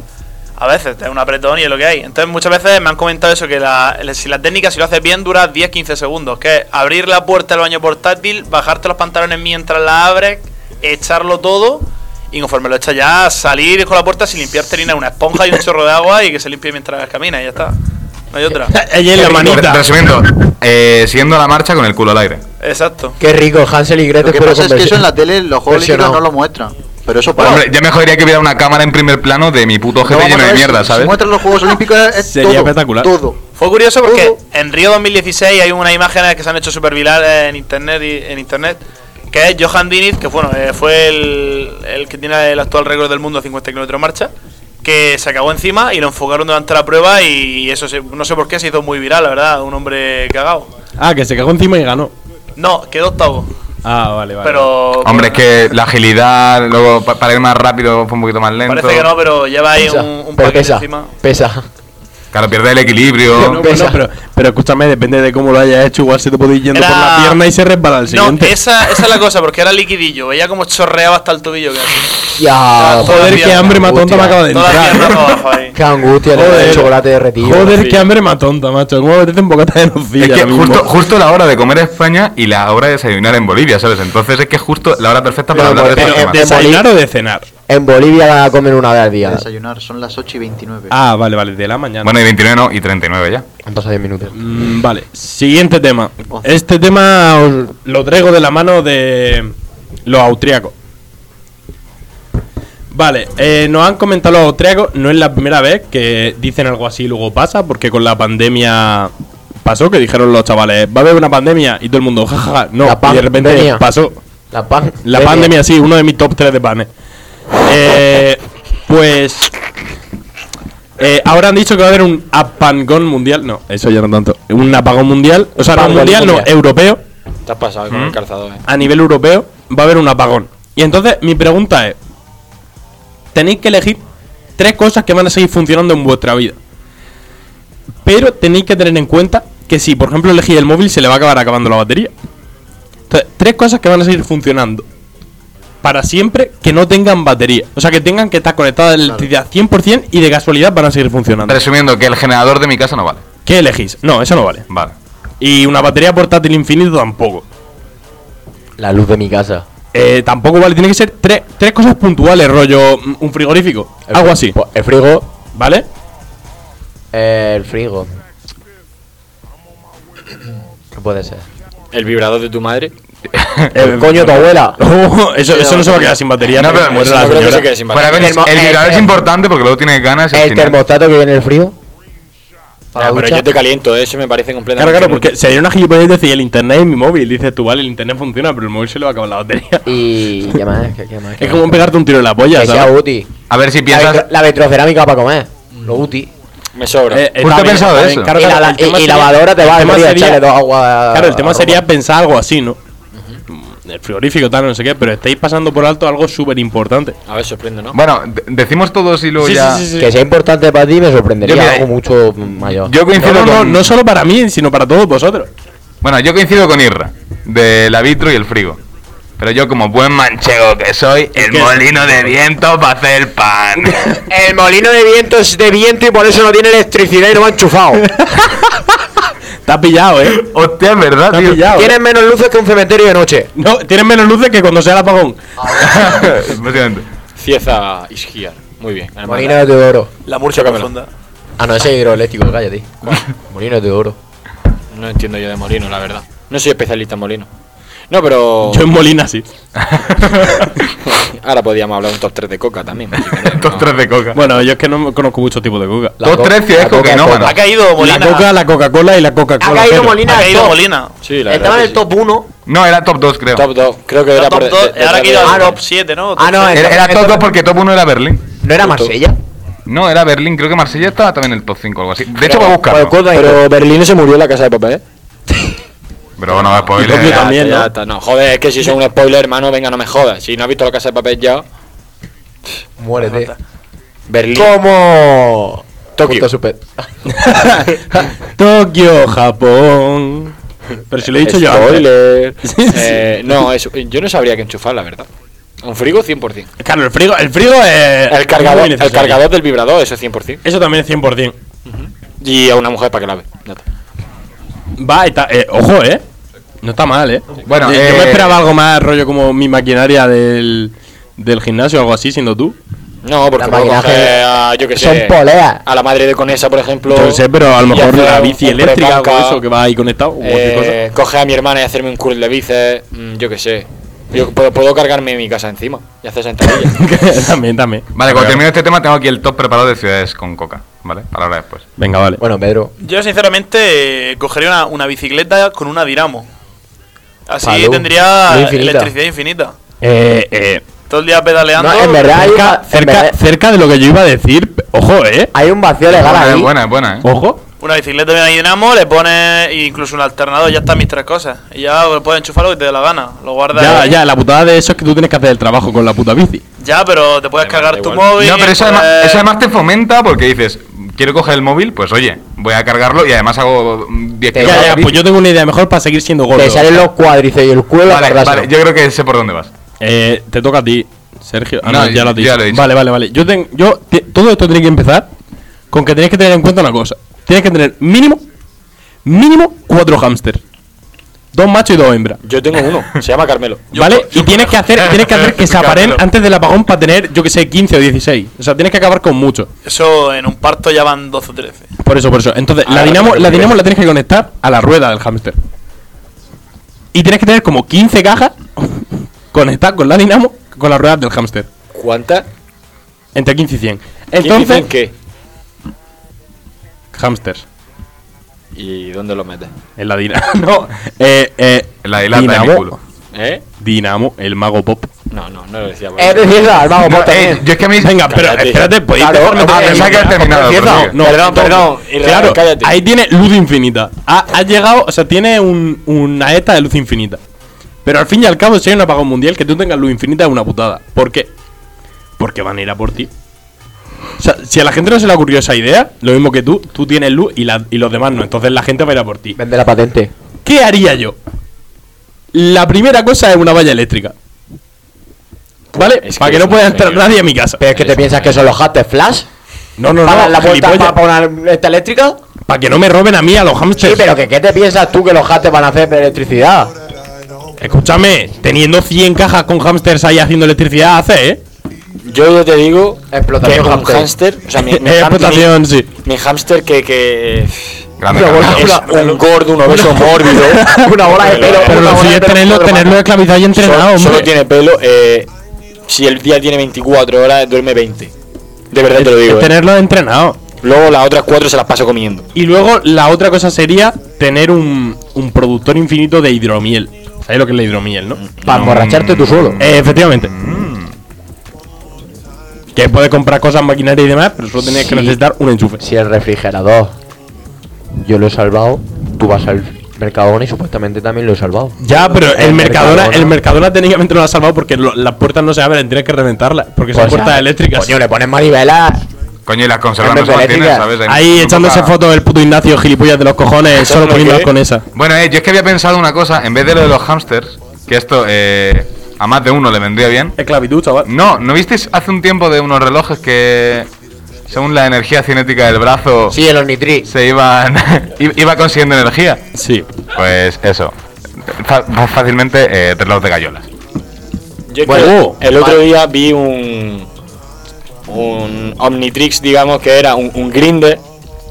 E: A veces, es un apretón y es lo que hay. Entonces muchas veces me han comentado eso, que la, el- si la técnica, si lo haces bien, dura 10-15 segundos, que es abrir la puerta del baño portátil, bajarte los pantalones mientras la abres, echarlo todo. Y conforme lo echas ya, salir con la puerta sin limpiarte ni nada, una esponja y un chorro de agua y que se limpie mientras caminas y ya está. No hay otra.
C: Ella en la manita.
B: Re- Resumiendo, eh, siguiendo la marcha con el culo al aire.
E: Exacto.
D: Qué rico, Hansel y Gretel.
F: Lo que
D: pero
F: pasa es
D: con
F: que eso en la
D: versi-
F: tele los juegos
D: versionado.
F: olímpicos no lo muestran. Pero eso para.
B: Hombre, ya me jodería que hubiera una cámara en primer plano de mi puto
F: No
B: jefe
F: vamos
B: lleno
F: a
B: de
F: ver,
B: mierda,
F: si-
B: ¿sabes?
F: Si muestran los juegos olímpicos es
C: Sería
F: todo,
C: espectacular.
F: Todo.
E: Fue curioso porque
F: Todo.
E: en Río 2016 hay unas imágenes que se han hecho super virales en internet, y- en internet que es Johan Diniz, que bueno, eh, fue el, el que tiene el actual récord del mundo a 50 kilómetros de marcha, que se acabó encima y lo enfocaron durante la prueba y eso se- no sé por qué se hizo muy viral, la verdad, un hombre cagado.
C: Ah, que se cagó encima y ganó.
E: No, quedó octavo,
C: Ah, vale, vale.
E: pero...
B: Hombre, es que la agilidad, luego pa- para ir más rápido fue un poquito más lento.
E: Parece que no, pero lleva ahí
D: Pesa,
E: un, un
D: pero
E: paquete
D: pesa,
E: encima.
D: pesa.
B: Claro, pierde el
C: No,
B: equilibrio.
C: no, bueno, pero, pero escúchame, depende de cómo lo hayas hecho. Igual se te puede ir yendo por la
E: Era-
C: pierna y se resbala el siguiente.
E: No, esa, esa es la cosa, porque era liquidillo, veía como chorreaba hasta el tobillo. Que
D: Ya,
E: Joder,
C: Joder, qué
E: Todavía,
C: hambre más tonta me acaba de
E: toda la pierna para
C: entrar.
E: abajo ahí.
D: Qué angustia
C: Joder.
D: el chocolate derretido.
C: Joder, qué hambre más tonta, macho. ¿Cómo meterte un bocata de nocilla
B: Es que
C: ahora mismo?
B: justo, justo la hora de comer en España y la hora de desayunar en Bolivia, ¿sabes? Entonces es que es justo la hora perfecta para
D: Pero,
B: hablar de
D: pero,
B: estos
C: Eh,
D: eh,
B: temas.
C: ¿Desayunar o de cenar?
D: En Bolivia la comen una vez al
F: A
D: día.
F: desayunar, son las 8 y 29.
C: Ah, vale, vale, de la mañana.
B: Bueno, y 29 no, y 39 ya.
D: Han pasado 10 minutos.
C: Mm, vale, siguiente tema.
D: Oh.
C: Este tema os lo traigo de la mano de los austriacos. Vale, eh, nos han comentado los austriacos, no es la primera vez que dicen algo así y luego pasa, porque con la pandemia pasó, que dijeron los chavales, va a haber una pandemia y todo el mundo, jajaja, no,
D: La
C: y de repente
D: pandemia.
C: pasó.
D: La, pan
C: La pandemia, sí, uno de mis top 3 de panes. Eh, pues. eh, ahora han dicho que va a haber un apangón mundial. No, eso ya no tanto. Un apagón mundial. O sea, no
D: Apagón
C: mundial, no,
D: mundial.
C: europeo.
G: Te has pasado
B: Mm.
G: con el calzador, eh.
C: A nivel europeo va a haber un apagón. Y entonces, mi pregunta es: Tenéis que elegir tres cosas que van a seguir funcionando en vuestra vida. Pero tenéis que tener en cuenta que si, por ejemplo, elegís el móvil, se le va a acabar acabando la batería. Entonces, tres cosas que van a seguir funcionando. Para siempre que no tengan batería. O sea, que tengan que estar conectadas a la electricidad 100% y de casualidad van a seguir funcionando.
B: Resumiendo, que el generador de mi casa no vale.
C: ¿Qué elegís? No, eso no vale.
B: Vale.
C: Y una batería portátil infinito tampoco.
D: La luz de mi casa.
C: Eh, tampoco vale, tiene que ser tres, tres cosas puntuales, rollo mm, un frigorífico,
D: El
C: algo
D: fri-
C: así,
D: po- El frigo.
C: ¿vale?
D: eh, El frigo. ¿Qué puede ser?
G: El vibrador de tu madre.
D: El coño de tu abuela.
C: Eh, Oh, eso, eso no se va a quedar sin batería,
B: No,
C: no,
B: pero-
C: muere
B: eso
C: la
G: no creo que
C: señora.
G: se quede sin
B: Bueno, a ver,
D: El
B: el
D: termo- el
B: vibrador es
D: termo-
B: importante porque luego tiene ganas y al
D: El
B: final-
D: termostato que viene en el frigo. Para
G: Ah, pero
D: ducha.
G: yo te caliento, eh, eso me parece completamente.
C: Claro, claro,
G: inútil.
C: porque sería una gilipollez decir el internet es mi móvil, dices tú, vale, el internet funciona, pero el móvil se le va a acabar la batería.
D: Y. ¿Qué más? ¿Qué, qué más? ¿Qué
C: Es
D: más?
C: como pegarte un tiro en la polla,
D: Que sea
C: ¿sabes?
D: útil.
B: A ver si
D: La,
B: piensas.
D: vitro- la vitrocerámica para comer. Lo útil.
G: Me sobra.
C: Eh, eh,
B: Justo he
C: también-
B: pensado
C: también,
B: eso.
C: claro,
D: y la,
C: claro,
D: la-
C: el tema
D: y- y
C: sería-
D: la lavadora te va
C: el
D: a
C: tema
D: hervir,
C: sería-
D: echarle dos agua.
C: Claro, el tema
D: arroba.
C: sería pensar algo así, ¿no? Mm, El frigorífico, tal, no sé qué, pero estáis pasando por alto algo súper importante.
G: A ver, sorprende, ¿no?
B: Bueno, de- decimos todos y luego
C: Sí,
B: ya.
C: sí, sí, sí.
D: Que sea importante para ti me sorprendería
B: Yo, mira,
D: algo mucho mayor.
B: Yo
C: No,
B: coincido
C: no, no,
B: con.
C: no solo para mí, sino para todos vosotros.
B: Bueno, yo coincido con Irra, de la vitro y el frigo. Pero yo, como buen manchego que soy, el
C: ¿Qué?
B: molino de viento para hacer pan.
D: El molino de viento es de viento y por eso no tiene electricidad y no va enchufado.
C: Te has pillado, ¿eh?
B: Hostia, es verdad,
C: Te has
B: tío.
C: pillado. ¿eh?
D: Tienen menos luces que un cementerio de noche.
C: No, tienen menos luces que cuando sea el apagón.
B: Ah. Básicamente.
G: Cieza isquiar. Muy bien. Además,
D: Molino de Teodoro.
E: La Murcia profunda.
D: Ah, no, ese es hidroeléctrico, cállate. Molino de Teodoro.
G: No entiendo yo de molino, la verdad. No soy especialista en molino. No, pero.
C: Yo en Molina sí.
G: Ahora podíamos hablar un top 3 de coca también.
B: Top 3 de coca.
C: Bueno, yo es que no conozco muchos tipos de coca. La,
B: Top 3 ciudades cocainómanas.
E: Ha caído Molina.
C: la coca, la Coca-Cola y la Coca-Cola.
D: Ha caído
C: cero.
D: Molina.
E: ha
D: al
E: caído
D: top.
E: Molina.
G: Sí, la
D: Estaba en el top 1.
B: No, era top 2, creo.
G: Top 2. Creo que
E: Era
G: era
E: top
G: por.
E: dos,
G: de- de-
E: ahora ha
G: de-
E: caído
D: Ah,
E: al
D: no.
E: top 7, ¿no?
D: Ah, no,
B: Era, era top 2 porque top 1 era Berlín.
D: ¿No era Marsella?
B: No, era Berlín. Creo que Marsella estaba también en el top 5 o algo así. De hecho, voy a
D: Pues,
B: buscarlo.
D: ¿cuál va a ir?
G: Pero Berlín se murió en la casa de papel, ¿eh?
B: Pero bueno, después...
C: Tokio
B: eh,
C: también,
G: Ya
C: ¿no?
G: está, no, joder, es que si son un spoiler, hermano, venga, no me jodas. Si no has visto la casa de papel ya.
D: Muérete.
G: Berlín.
D: Como.
G: Tokio.
D: Punto super.
C: Tokio, Japón. Pero si lo he dicho yo. antes.
G: Spoiler.
C: Sí, sí.
G: Eh, no, eso- yo no sabría qué enchufar, la verdad. Un frigo 100%.
C: Claro, el frigo, el frigo Eh, es.
G: El cargador,
C: muy
G: el
C: necesario.
G: cargador del vibrador, eso 100%.
C: Eso también es 100%.
G: Y a una mujer para que la ve. Ya está.
C: Va, está. eh, ojo, eh. No está mal, eh.
B: Bueno,
C: yo, yo
B: eh,
C: me esperaba algo más rollo como mi maquinaria del, del gimnasio o algo así, siendo tú.
G: No, porque
D: La
G: puedo
D: máquina
G: coger
D: que-
G: a, yo que
D: Son
G: sé,
D: poleas.
G: a la madre de Conesa, por ejemplo.
C: Yo sé, pero a lo
G: y
C: mejor
G: hacer
C: la
G: un-
C: bici
G: un
C: eléctrica o
G: prepanca,
C: eso que va ahí conectado o cualquier
G: eh, coger a mi hermana y hacerme un curl de bíceps, mm, yo que sé. Yo puedo, puedo cargarme mi casa encima y hacer sentadillas.
C: cosa. también, también.
B: Vale, cuando termine este tema tengo aquí el top preparado de ciudades con coca, ¿vale? Para ahora después.
C: Venga, vale.
D: Bueno, Pedro.
E: Yo, sinceramente, eh, cogería una, una bicicleta con una dinamo. Así
D: Palú.
E: tendría
D: Muy infinita.
E: electricidad infinita.
C: Eh, eh,
E: Todo el día pedaleando.
D: No, en verdad hay,
C: cerca,
D: una- en
C: cerca,
D: verdad
C: cerca de lo que yo iba a decir, p- ojo, eh.
D: hay un vacío
B: Es
D: legal
B: buena, es
D: ahí.
B: buena, es buena, ¿eh?
C: Ojo.
E: Una bicicleta de una dinamo, le pones incluso un alternador, ya están mis tres cosas. Y ya puedes enchufar lo que te dé la gana. Lo guardas.
C: Ya,
E: ahí.
C: ya, la putada de eso es que tú tienes que hacer el trabajo con la puta bici.
E: Ya, pero te puedes
G: Da igual,
E: cargar
G: da
E: tu
G: igual.
E: móvil.
B: No, pero eso
E: puedes-
B: además,
C: pues-
B: eso además te fomenta porque dices, quiero coger el móvil, pues oye, voy a cargarlo y además hago mm, 10
D: Ya,
B: kilómetros.
C: Ya, ya, pues yo tengo una idea mejor para seguir siendo gordo.
D: Te salen los cuádriceps y el culo
B: Vale,
D: para
B: vale, yo creo que sé por dónde vas.
C: Eh, te toca a ti, Sergio. Ah,
B: No,
C: no, ya lo has
B: ya
C: dicho.
B: lo he dicho.
C: Vale, vale, vale. Yo ten- yo te- todo esto tiene que empezar con que tenéis que tener en cuenta una cosa. Tienes que tener mínimo, mínimo cuatro hámsters. Dos machos y dos hembras.
G: Yo tengo uno, se llama Carmelo.
C: ¿Vale? y tienes que hacer, tienes que hacer que se aparen antes del apagón para tener, yo que sé, 15 o 16. O sea, tienes que acabar con muchos.
E: Eso en un parto ya van 12 o 13.
C: Por eso, por eso.
B: Ah,
C: Entonces, la
G: Ahora
C: dinamo, la
G: te preocupes.
C: dinamo la tienes que conectar a la rueda del hámster. Y tienes que tener como 15 cajas conectadas con la dinamo con las ruedas del hámster.
G: ¿Cuántas?
C: Entre 15 y 100.
G: ¿Quién
C: Entonces,
G: dice qué?
C: hámsters.
G: ¿Y dónde lo metes?
C: En la dinamo. no. Eh, eh,
B: En la dilata de mi culo.
C: dinamo,
G: ¿Eh?
C: dinamo, el mago pop.
G: No, no, no lo decía. por
D: Es
G: eso.
D: decir, al mago
B: No,
D: Pop
B: eh,
D: también.
B: yo es que a mí.
C: Ah, Venga, pero
G: Cállate.
C: espérate, pues, podéis
D: Claro,
C: dejarme
D: no,
B: Ah,
C: terminar?
B: pensaba que has terminado.
D: Empieza.
B: pero sigue.
C: No,
G: Perdón,
C: no,
G: perdón, Israel,
C: Claro,
G: cállate.
C: ahí tiene luz infinita. Ha, ha llegado, o sea, tiene un- una ETA de luz infinita. Pero al fin y al cabo, si hay un apagón mundial, que tú tengas luz infinita es una putada. ¿Por qué? Porque van a ir a por ti. O sea, si a la gente no se le ha ocurrido esa idea, lo mismo que tú, tú tienes luz y, la- y los demás no. Entonces la gente va a ir a por ti.
D: Vende la patente.
C: ¿Qué haría yo? La primera cosa es una valla eléctrica. ¿Vale?
G: Es que
C: Para que,
G: es
C: no
G: un
C: pueda entrar
G: genio.
C: nadie a mi casa.
D: Pero es que te
G: Eso,
D: piensas que son los hats flash.
C: No, no,
D: ¿Pagas
C: no.
D: la vuelta
C: gilipollas.
D: para poner esta eléctrica?
C: Para que no me roben a mí a los
D: Sí,
C: hamsters.
D: pero que, ¿qué te piensas tú que los hats van a hacer de electricidad?
C: Escúchame, teniendo 100 cajas con hamsters ahí haciendo electricidad hace, ¿eh?
G: Yo ya te digo que
D: Explotación
G: un
D: hamster.
G: hámster, o sea, mi, mi,
C: Eh,
G: ham-
C: explotación, sí.
G: mi- mi hámster que, que
B: Grande,
D: Pero
B: grande.
D: bueno,
G: es
D: Una-
G: un gordo, un obeso mórbido.
D: Una bola de pelo.
C: Pero
D: una
C: lo
D: bola
C: suyo
D: de
C: es
D: pelo
C: tenerlo,
D: por
C: tenerlo
D: debajo.
C: esclavizado y entrenado,
G: solo, solo
C: Ah, hombre.
G: tiene pelo. eh, si el día tiene 24 horas, duerme 20. De verdad te lo digo.
C: Es
G: eh.
C: Tenerlo entrenado.
G: Luego las otras cuatro se las paso comiendo.
C: Y luego la otra cosa sería tener un, un productor infinito de hidromiel. ¿Sabes lo que es la hidromiel, no?
D: Para emborracharte tú solo.
C: Eh, efectivamente. Que puedes comprar cosas, maquinaria y demás, pero solo tenías que
D: Sí.
C: necesitar un enchufe.
D: Si el refrigerador yo lo he salvado, tú vas al Mercadona y supuestamente también lo he salvado.
C: Ya, pero el,
D: El
C: Mercadona,
D: Mercadona.
C: el Mercadona técnicamente no lo ha salvado porque lo- las puertas no se abren, tienes que reventarlas, porque son
D: Pues,
C: puertas
D: ah,
C: eléctricas.
D: Coño, le pones manivelas.
B: Coño, y las conservas no se
D: Hombre,
B: mantienen,
D: eléctrica.
B: ¿sabes? Hay
C: Ahí
B: muy
C: echándose
B: poca-
C: fotos del puto Ignacio, gilipollas de los cojones,
G: Eso
C: solo
G: no
C: poniéndolas
G: qué.
C: con esa.
B: Bueno, eh, yo es que había pensado una cosa, en vez de lo de los hamsters, que esto eh, a más de uno le vendría bien.
C: Esclavitud, chaval.
B: No, ¿no visteis hace un tiempo de unos relojes que según la energía cinética del brazo
D: Sí, el Onitri.
B: se iban i- iba consiguiendo energía?
C: Sí.
B: Pues eso. Fa- fa- fácilmente eh, reloj de gallolas.
G: Yo es
C: Bueno, oh,
G: que el otro día vi un. Un Omnitrix, digamos, que era un, un grinder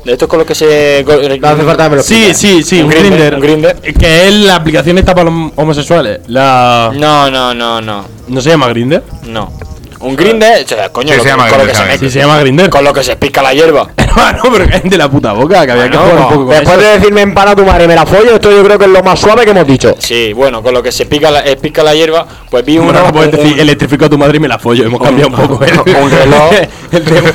G: De estos con los que se.
D: No hace falta que me lo
C: Sí,
D: expliques.
C: sí, sí,
G: Un
C: un
G: Grindr,
C: Grinder.
G: un Grindr.
C: Que es la aplicación esta para los homosexuales. La.
G: No, no, no, no.
C: ¿No se llama Grinder?
G: No. Un grinder, o sea, coño,
B: Sí,
G: lo
B: se
G: que-
B: llama
G: con, lo que
B: grinder,
G: se
B: ¿sabes?
G: mezcla-
C: Sí, se llama Grinder.
G: con lo que se pica la hierba.
C: Hermano, pero que es de la puta boca, que había que
G: Bueno,
C: jugar un poco con
D: Después
C: eso.
D: de decirme empana tu madre y me la follo, esto yo creo que es lo más suave que hemos dicho.
G: Sí, bueno, con lo que se pica la, eh, pica la hierba, pues vi uno.
C: Bueno, no puedes
G: un-
C: decir, electrifico a tu madre y me la follo. Hemos cambiado un poco el,
G: un reloj.
C: el tema.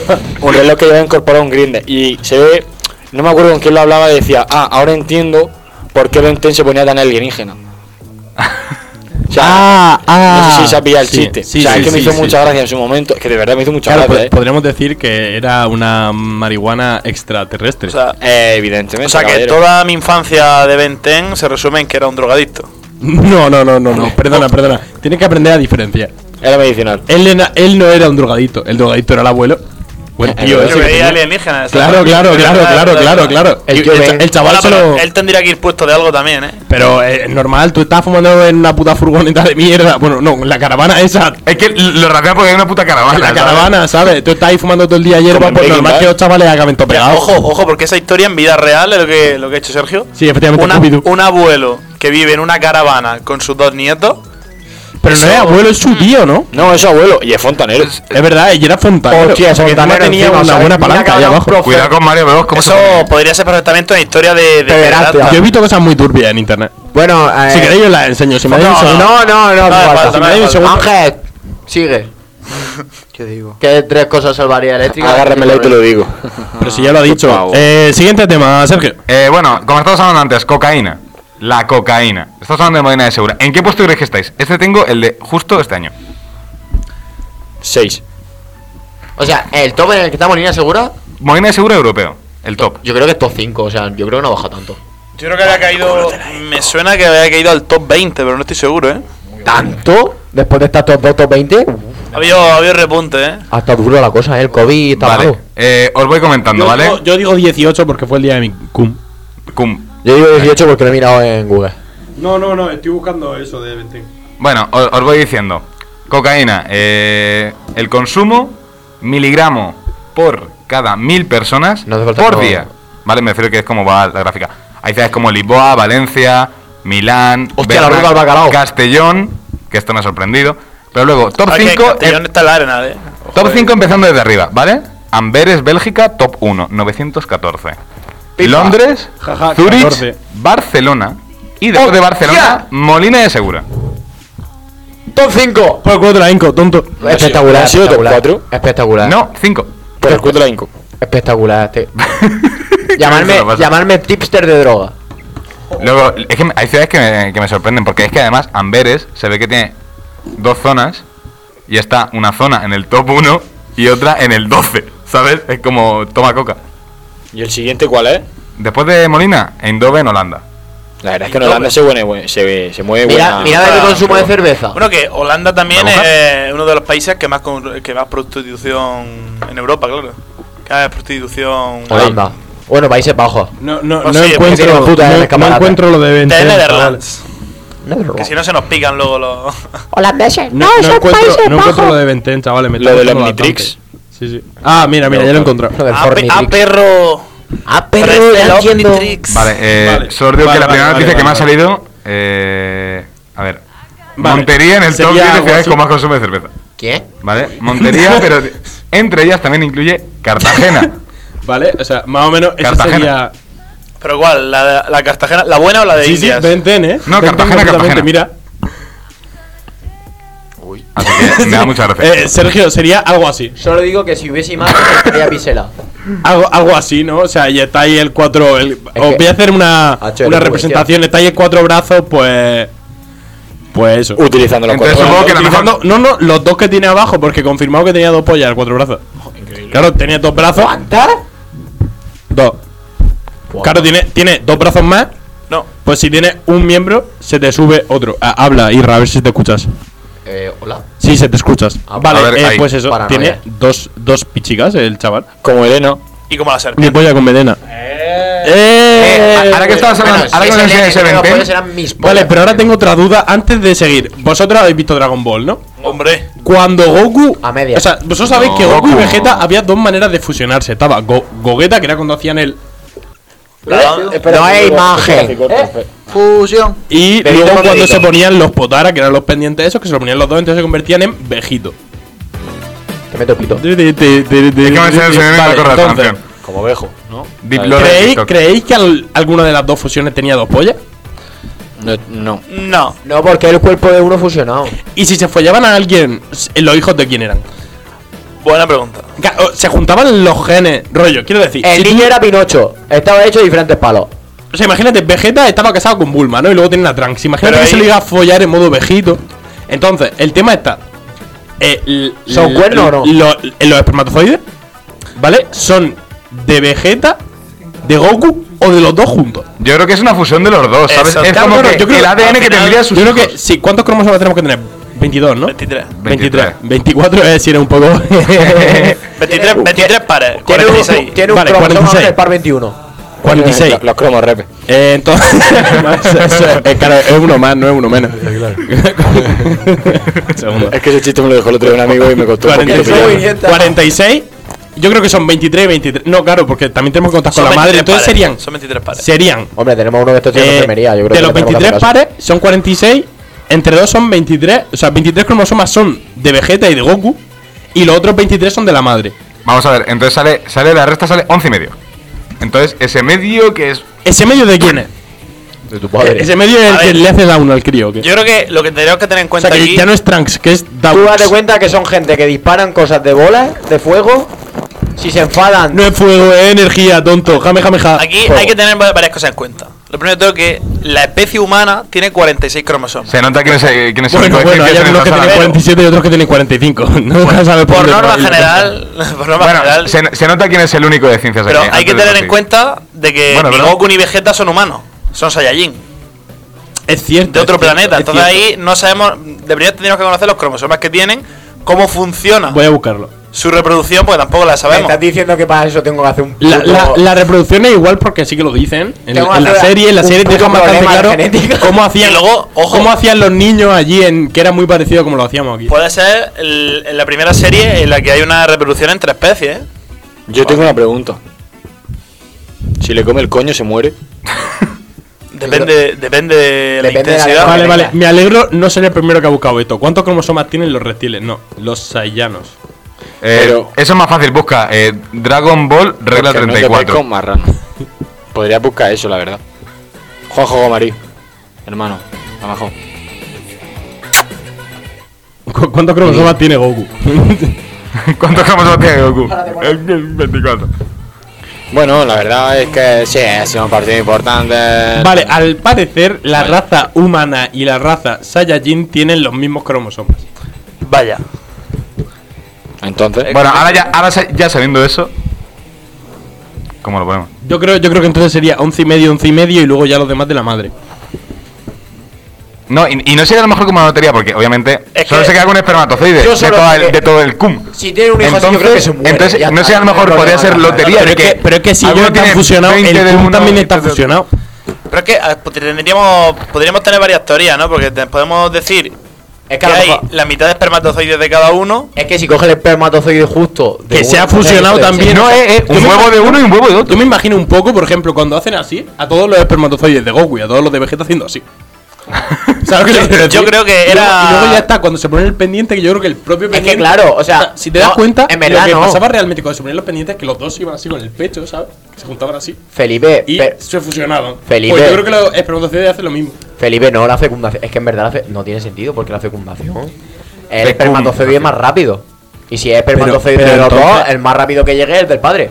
G: un reloj que lleva incorporado un grinder. Y se ve, no me acuerdo con quién lo hablaba, y decía, ah, ahora entiendo por qué Benten se ponía tan alienígena. O sea,
C: Ah, ah.
G: no sé si se pillado el
C: Sí,
G: chiste.
C: sí,
G: o sea,
C: sí,
G: es que me
C: sí,
G: hizo
C: sí.
G: mucha gracia en su momento. Es que de verdad me hizo mucha
C: Claro, pues,
G: gracia,
C: pod-
G: eh.
C: podríamos decir que era una marihuana extraterrestre.
E: O sea,
G: Eh, evidentemente.
E: o sea que
G: caballero.
E: toda mi infancia de Benten se resume en que era un drogadicto.
C: no, no, no, no, no. Perdona, perdona. Tienes que aprender a diferenciar.
G: Era medicinal.
C: Él, era- él no era un drogadito. El drogadito era el abuelo. O el tío
G: Pero
E: Pero
C: ese.
E: que
C: que
E: veía
C: tenía.
E: alienígenas.
C: Claro, claro, claro, claro, claro, claro.
D: El
C: El,
D: tío
C: el cha-
D: Ben.
C: el chaval
E: Hola,
C: solo.
E: pero él tendría que ir puesto de algo también, ¿eh?
C: Pero es normal, tú estás fumando en una puta furgoneta de mierda. Bueno, no, la caravana esa.
B: Es que lo rapean porque hay una puta caravana.
C: La
B: ¿sabes?
C: caravana, ¿sabes? Tú estás ahí fumando todo el día hierba,
G: en
C: pues
G: Breaking
C: normal
G: Bad.
C: que los chavales hagan esto
E: Mira,
C: pegado.
E: ojo, ojo, porque esa historia en vida real es lo que, lo que ha hecho Sergio.
C: Sí, efectivamente,
E: Una-
C: Scooby-Doo.
E: un abuelo que vive en una caravana con sus dos nietos.
C: Pero no es abuelo, es su
D: Mm.
C: tío, ¿no?
G: No, es su abuelo y es fontanero.
C: Es verdad, ella era fontanero. Porque
D: Hostia,
C: encima
D: fontanero
C: tenía
D: encima,
C: una
D: ¿sabes?
C: buena
D: Mira que
C: palanca ahí
D: habrá un
C: abajo.
D: profe-
B: Cuidado con Mario Bros. ¿cómo
E: Eso
B: se pone?
E: podría ser perfectamente una historia de, de
D: Pederastia.
E: pederasta.
C: Yo he visto cosas muy turbias en internet.
D: Bueno, eh,
C: Si queréis, yo las enseño. Si me dais un
E: No,
C: segundo.
D: No, no, no,
E: No,
D: hace
E: me
D: falta.
E: falta, no me
D: Dame un
E: falta.
D: segundo. Ángel, sigue.
F: ¿Qué digo?
D: ¿Qué tres cosas salvaría eléctrica?
G: Agárramela y te lo digo.
C: Pero si ya lo ha dicho.
G: pavo.
C: Eh, siguiente tema, Sergio.
B: Eh, bueno, como estamos hablando antes, cocaína. La cocaína. Estamos hablando de Modena de Segura. ¿En qué puesto creéis que estáis? Este tengo el de justo este año.
G: Seis.
D: O sea, el top en el que estamos en línea segura,
B: Modena de Segura europeo. El top.
D: yo creo que es top 5, o sea, yo creo que no baja tanto.
E: Yo creo que había caído. Me suena que había caído al top 20, pero no estoy seguro, ¿eh?
D: ¿Tanto? Después de estas top 2, top 20,
E: Ha habido, ha habido repunte, ¿eh?
D: hasta duro la cosa, ¿eh? el COVID está
B: Vale.
D: malo.
B: Eh, os voy comentando,
C: Yo
B: ¿vale?
C: digo- Yo digo 18 porque fue el día de mi cum.
B: Cum.
D: Yo digo 18 porque lo he mirado en Google.
C: No, no, no, estoy buscando eso de 20.
B: Bueno, o- os, voy diciendo. Cocaína. eh, el consumo, miligramo por cada mil personas
D: No hace falta
B: por
D: que lo-
B: día. Vale, me refiero que es como va la gráfica. Hay ciudades como Lisboa, Valencia, Milán,
D: Hostia, la ruta del bacalao.
B: Castellón, que esto me ha sorprendido. Pero luego, top
E: Ah, que
B: 5
E: Castellón está en la arena, ¿eh?
B: Top 5 empezando desde arriba, ¿vale? Amberes, Bélgica, top 1, 914. Londres,
C: Jaja,
B: Zurich,
C: 14.
B: Barcelona. Y después de Barcelona, Molina de Segura.
D: Top 5.
C: Fue el cuatro de la Inco, tonto.
D: Espectacular,
G: ¿Ha sido top
D: espectacular.
G: cuatro?
D: Espectacular.
B: No, 5.
G: Por el cuento de la Inco.
D: Espectacular este. llamarme, llamarme tipster de droga.
B: Luego, es que me- hay ciudades que me, que me sorprenden, porque es que además Amberes se ve que tiene dos zonas y está una zona en el top 1 y otra en el 12, ¿sabes? Es como toma coca.
G: ¿Y el siguiente cuál es?
B: Después de Molina, Eindhoven, Holanda.
G: La verdad es que en
C: pues.
G: Holanda se, mueve- se, se mueve
D: Mira,
G: buena-
D: mira de qué Ah, consumo de cerveza.
E: Bueno, que Holanda también
B: ¿La mujer?
E: es uno de los países que más, con- que más prostitución en Europa, claro. Que más prostitución.
D: Holanda. Bueno, Países Bajos.
C: No, no,
E: Pues
C: no
E: sí, porque
C: encuentro,
D: tiene puta en el
C: no- no,
D: escaparate.
C: encuentro lo de 20.
E: De
C: chavales.
E: Netherlands. Que si no se nos pican luego los.
A: Holandeses.
C: No,
A: No,
C: no
A: son
C: encuentro,
A: Países
C: no encuentro lo
A: Bajos.
C: de Venten, chavales. Me
G: Lo del
C: de
G: Omnitrix.
C: Sí, sí. Ah, mira, mira, ya lo he encontrado.
D: Lo del
E: ¡Ah, pe- ah,
D: Fornitrix.
E: perro!
D: Ah,
E: Pero este es el Omnitrix.
B: Vale, eh,
C: Vale.
B: solo digo
C: Vale,
B: que la
C: vale,
B: primera
C: vale,
B: noticia que me ha
C: vale, vale.
B: salido. Eh, a ver.
C: Vale.
B: Montería en el top
C: Sería
B: 10 de ciudades
C: Guasu-
B: con más consumo de cerveza.
D: ¿Quién?
B: ¿Vale? Montería, pero entre ellas también incluye Cartagena.
C: Vale, o sea, más o menos esa
B: Cartagena.
C: sería.
E: Pero igual, la, la Cartagena, ¿la buena o la de
C: Sí, sí,
E: Indias?
C: Venten, eh.
B: No,
C: Venten
B: Cartagena,
C: completamente,
B: Cartagena.
C: Mira.
B: Así que me da mucha gracia.
C: Eh, Sergio, sería algo así.
D: Solo digo que si hubiese imagen estaría pisela.
C: Algo, algo así, ¿no? O sea, y está ahí el cuatro. El, os
D: que-
C: voy a hacer una,
D: Ah, che,
C: una
D: no,
C: representación. Está ahí el cuatro brazos, pues. Pues eso.
G: Utilizando los
B: Entonces,
G: cuerpos.
B: supongo que a lo
C: Utilizando-
B: mejor-
C: No, no, los dos que tiene abajo, porque confirmado que tenía dos pollas, el cuatro brazos. Claro, tenía dos brazos.
D: ¿Cuántas?
C: Dos. Pues Claro, tiene, tiene dos brazos más.
E: No.
C: Pues si tienes un miembro, se te sube otro. Ah, habla, Irra, a ver si te escuchas.
D: Eh, hola.
C: Sí, se te escuchas.
D: Ah,
C: vale,
B: a ver,
C: eh,
B: ahí.
C: pues eso.
D: Paranoia.
C: Tiene dos, dos pichicas el chaval.
G: Como Eleno.
E: Y como la
C: Mi
E: serpiente.
C: polla con melena.
B: Eh,
C: Eh,
B: ahora que estabas hablando, ahora que
D: si
B: nos
D: es el
B: enseñas
D: que
B: ese
D: tengo, pues,
B: Venten,
D: serán mis
C: Vale,
D: pollas.
C: pero ahora tengo otra duda antes de seguir. Vosotros habéis visto Dragon Ball, ¿no?
E: Hombre,
C: Cuando Goku.
D: A media.
C: O sea, vosotros sabéis
B: No,
C: que Goku y
B: Goku no.
C: Vegeta había dos maneras de fusionarse. Estaba Go- Gogeta, que era cuando hacían el.
D: No hay imagen.
F: Fusión.
C: Y
G: Vegeta
C: luego cuando
G: Vegeta.
C: se ponían los Potara, que eran los pendientes esos, que se lo ponían los dos, entonces se convertían en Vejito.
D: Te meto pito.
C: De, de, de, de, de-
B: Es que me
C: de-
B: se se me
C: vale,
B: corre la
C: entonces,
B: canción.
G: Como vejo, ¿no?
B: Deep
G: Vale.
B: Lord de
C: ¿creéis,
B: TikTok.
C: creéis que al- alguna de las dos fusiones tenía dos pollas?
G: No, no.
E: no.
D: No, porque es el cuerpo de uno fusionado.
C: Y si se follaban a alguien, s- eh, los hijos de quién eran.
E: Buena pregunta.
C: Ca- o- Se juntaban los genes, rollo, quiero decir.
D: El
C: si-
D: niño era Pinocho. Estaba hecho de diferentes palos.
C: o sea, imagínate, Vegeta estaba casado con Bulma, ¿no? Y luego tiene a Trunks. Imagínate
E: Pero
C: que se
E: ahí-
C: le iba a follar en modo vejito. Entonces, el tema está. eh, l-
D: ¿Son
C: l-
D: cuernos o no?
C: lo- eh, los espermatozoides, ¿vale? Son de Vegeta, de Goku o de los dos juntos.
B: Yo creo que es una fusión de los dos, ¿sabes?
E: Exacto.
B: Es como
C: Claro,
B: que
C: claro, yo creo
B: el
C: que
B: ADN
E: al
B: que
E: final-
B: tendría sus
C: Yo creo
B: hijos.
C: que sí, ¿cuántos cromosomas tenemos que tener? 22, ¿no?
E: 23.
B: 23.
C: 24 es decir, es un poco.
E: 23, 23 pares.
D: Tiene un,
E: 46.
D: tiene un
C: Vale,
D: cromosoma
C: 46.
D: del par 21.
C: 46.
G: Los, los cromos repes.
C: Eh, entonces. eso, eso es, claro, es uno más, no es uno menos. Segundo.
G: Es que ese chiste me lo dejó el otro día un amigo y me costó un poquito
C: 46.
G: pillarlo.
C: 46. Yo creo que son 23 23. No, claro, porque también tenemos que contar con
E: Son
C: la madre.
E: 23
C: Entonces
E: pares,
C: serían.
E: Son 23 pares.
C: Serían.
D: Hombre, tenemos uno de estos tíos de
C: eh,
D: enfermería. Yo creo
C: de
D: que
C: los
D: tenemos que
C: 23
D: hacer caso.
C: pares son 46. Entre dos son 23. O sea, 23 cromosomas son de Vegeta y de Goku. Y los otros 23 son de la madre.
B: Vamos a ver, entonces sale, sale la resta sale 11 y medio. Entonces, ese medio que es.
C: ¿Ese medio de quién es? E-,
D: De tu padre.
C: eh, Ese medio es el
E: A
C: que
E: ver.
C: le hace down al crío. ¿o qué?
E: Yo creo que lo que tendríamos que tener en
C: o
E: cuenta
C: sea, que
E: aquí.
C: ya no es Trunks, que es
D: Tú
C: down.
D: date cuenta que son gente que disparan cosas de bolas, de fuego. Si se enfadan,
C: No es fuego, es energía, tonto. Jame, jame, jame.
E: Aquí hay que tener va- varias cosas en cuenta. Lo primero de todo que la especie humana tiene 46 cromosomas.
B: Se nota quién es, eh, quién es el
C: Bueno,
B: coeficiente
C: bueno, hay
B: en
C: algunos
B: esta
C: que
B: sala.
C: tienen 47 y otros que tienen 45. No vas a saber
E: Por
C: dónde
E: norma
C: va.
E: general, por norma
B: Bueno,
E: general,
B: se, se nota quién es el único de ciencias
E: pero
B: aquí,
E: hay que
B: antes de
E: tener en
B: proseguir.
E: cuenta de que
B: Bueno,
E: ni
B: pero-
E: Goku ni Vegeta son humanos, son Saiyajin,
C: Es cierto.
E: de otro
C: es cierto,
E: planeta.
C: es
E: Entonces
C: cierto.
E: ahí no sabemos, de primero tendríamos que conocer los cromosomas que tienen, cómo funciona
C: Voy a buscarlo.
E: su reproducción, porque tampoco la
D: me
E: sabemos.
D: estás diciendo que para eso tengo que hacer un.
C: La,
D: puto-
C: la, la reproducción es igual porque sí que lo dicen en,
D: Tengo
C: en la
D: una-
C: serie. En la
D: un
C: serie te
D: puto
C: dejan bastante
D: problema de
C: claro
D: genética.
C: cómo hacían,
E: Y luego, ojo.
C: cómo hacían los niños allí, en que era muy parecido a como lo hacíamos aquí.
E: Puede ser el- en la primera serie en la que hay una reproducción entre especies. ¿eh?
G: Yo tengo una pregunta. Si le come el coño, se muere.
E: Depende, depende de la
D: Depende de la
E: intensidad.
D: guerra.
C: Vale, vale,
D: venga.
C: me alegro no ser el primero que ha buscado esto. ¿Cuántos cromosomas tienen los reptiles? No, los saiyanos.
B: Eh,
G: Pero-
B: Eso es más fácil, busca eh, Dragon Ball regla
G: Porque no te
B: 34.
G: parezca un marrano. Podría buscar eso, la verdad. Juanjo Gomarí. Hermano. A lo mejor.
C: ¿Cu- ¿Cuántos cromosomas tiene Goku?
B: ¿Cuántos cromosomas tiene Goku? 24.
G: Bueno, la verdad es que sí, ha sido un partido importante.
C: Vale, al parecer la
G: Vale.
C: raza humana y la raza Saiyajin tienen los mismos cromosomas.
E: Vaya.
G: Entonces,
D: Eh,
B: Bueno, ahora ya, ahora sa- ya sabiendo eso. ¿Cómo lo ponemos?
C: Yo creo, yo creo que entonces sería once y medio, once y medio y luego ya los demás de la madre.
B: No, y, y no sería a lo mejor como una lotería, porque obviamente
E: Es
B: solo
E: que-
B: se queda con un espermatozoide
D: Yo
B: de,
D: solo
B: toda el-
D: diré-
B: de todo el cum.
D: Si tiene un hijo así, yo creo que
B: Entonces,
D: se muere.
B: entonces
D: ya
B: no
D: está,
B: sé, a lo
D: no hay
B: mejor podría
D: problema,
B: ser
D: no, no,
B: lotería.
C: Pero
B: de
C: es que, pero es que si
B: alguno
C: yo está
B: tiene
C: fusionado,
B: 20 de
C: el cum
B: uno,
C: también
B: 20
C: está
B: de otro.
C: fusionado.
E: Pero es que a ver, pues, tendríamos, podríamos tener varias teorías, ¿no? Porque te- podemos decir que
D: Es que, a lo
E: hay
D: mejor-
E: la mitad de espermatozoides de cada uno.
D: es que si coge el espermatozoide justo. de
C: Que se
D: una
C: ha
D: mujer,
C: fusionado
D: de-
C: también.
B: No, eh, eh,
C: Yo
B: un
C: me
B: huevo de
C: imagino-
B: uno y un huevo de otro.
C: Yo me imagino un poco, por ejemplo, cuando hacen así, a todos los espermatozoides de Goku y a todos los de Vegeta haciendo así. ¿Sabes lo que te quiero
E: Yo-
C: decir?
E: yo creo que
C: Y luego-
E: era-
C: Y luego, ya está, cuando se pone el pendiente, que yo creo que el propio
D: Es
C: pendiente.
D: que claro, o sea.
C: si te das
D: no,
C: cuenta,
D: En verdad,
C: lo que
D: no.
C: pasaba realmente cuando se ponían los pendientes es que los dos iban así con el pecho, ¿sabes? Se juntaban así
D: Felipe,
C: y
D: pe-
C: se fusionaban.
D: Felipe.
C: Pues yo creo que los espermatozoides hacen lo mismo.
D: Felipe, no, la fecundación. Es que en verdad la fe- no tiene sentido porque la fecundación. El
B: Fecundación.
D: espermatozoide es más rápido. Y si es espermatozoide
C: pero
D: de los
C: entonces-
D: dos, el más rápido que llegue es el del padre.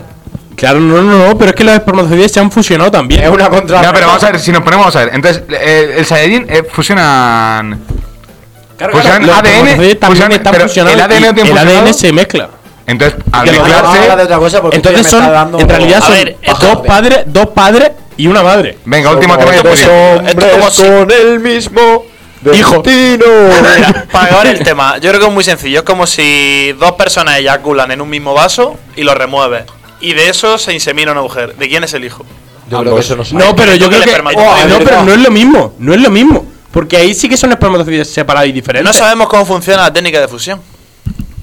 C: Claro, no, no, no, pero es que los espermatozoides se han fusionado también.
D: Es una contra.
B: No, pero vamos a ver, si nos ponemos vamos a ver. Entonces, eh, el Saiyajin eh, fusionan.
C: Claro,
B: Fusionan
C: los
B: ADN,
C: espermatozoides también
B: fusionan-
C: están
B: pero
C: fusionados
B: el ADN
C: y
B: no tiene
C: el
B: fusionado.
C: ADN se mezcla.
B: Entonces, al
C: Que lo
D: Ahora vamos a hablar de
B: mezclarse.
D: otra cosa porque esto ya
C: Entonces
D: me está
C: son,
D: dando
C: en
D: como-
C: realidad
E: A
C: son
E: ver, esto-
C: dos padres, dos padres y una madre.
B: Venga, último tema de
D: Somos
B: Twitter.
D: dos
E: Esto como
D: hombres
E: si-
D: con el mismo
C: Hijo.
D: destino.
E: Mira, para acabar el tema, yo creo que es muy sencillo. Es como si dos personas eyaculan en un mismo vaso y lo remueves. Y de eso se insemina una mujer. ¿De quién es el hijo?
D: Yo creo que eso no se
C: No, pero yo creo
E: Creo que
C: que
E: el espermatozoide-
C: no, pero no es lo mismo, no es lo mismo. Porque ahí sí que son espermatozoides separados y
E: No
C: diferentes.
E: sabemos cómo funciona la técnica de fusión.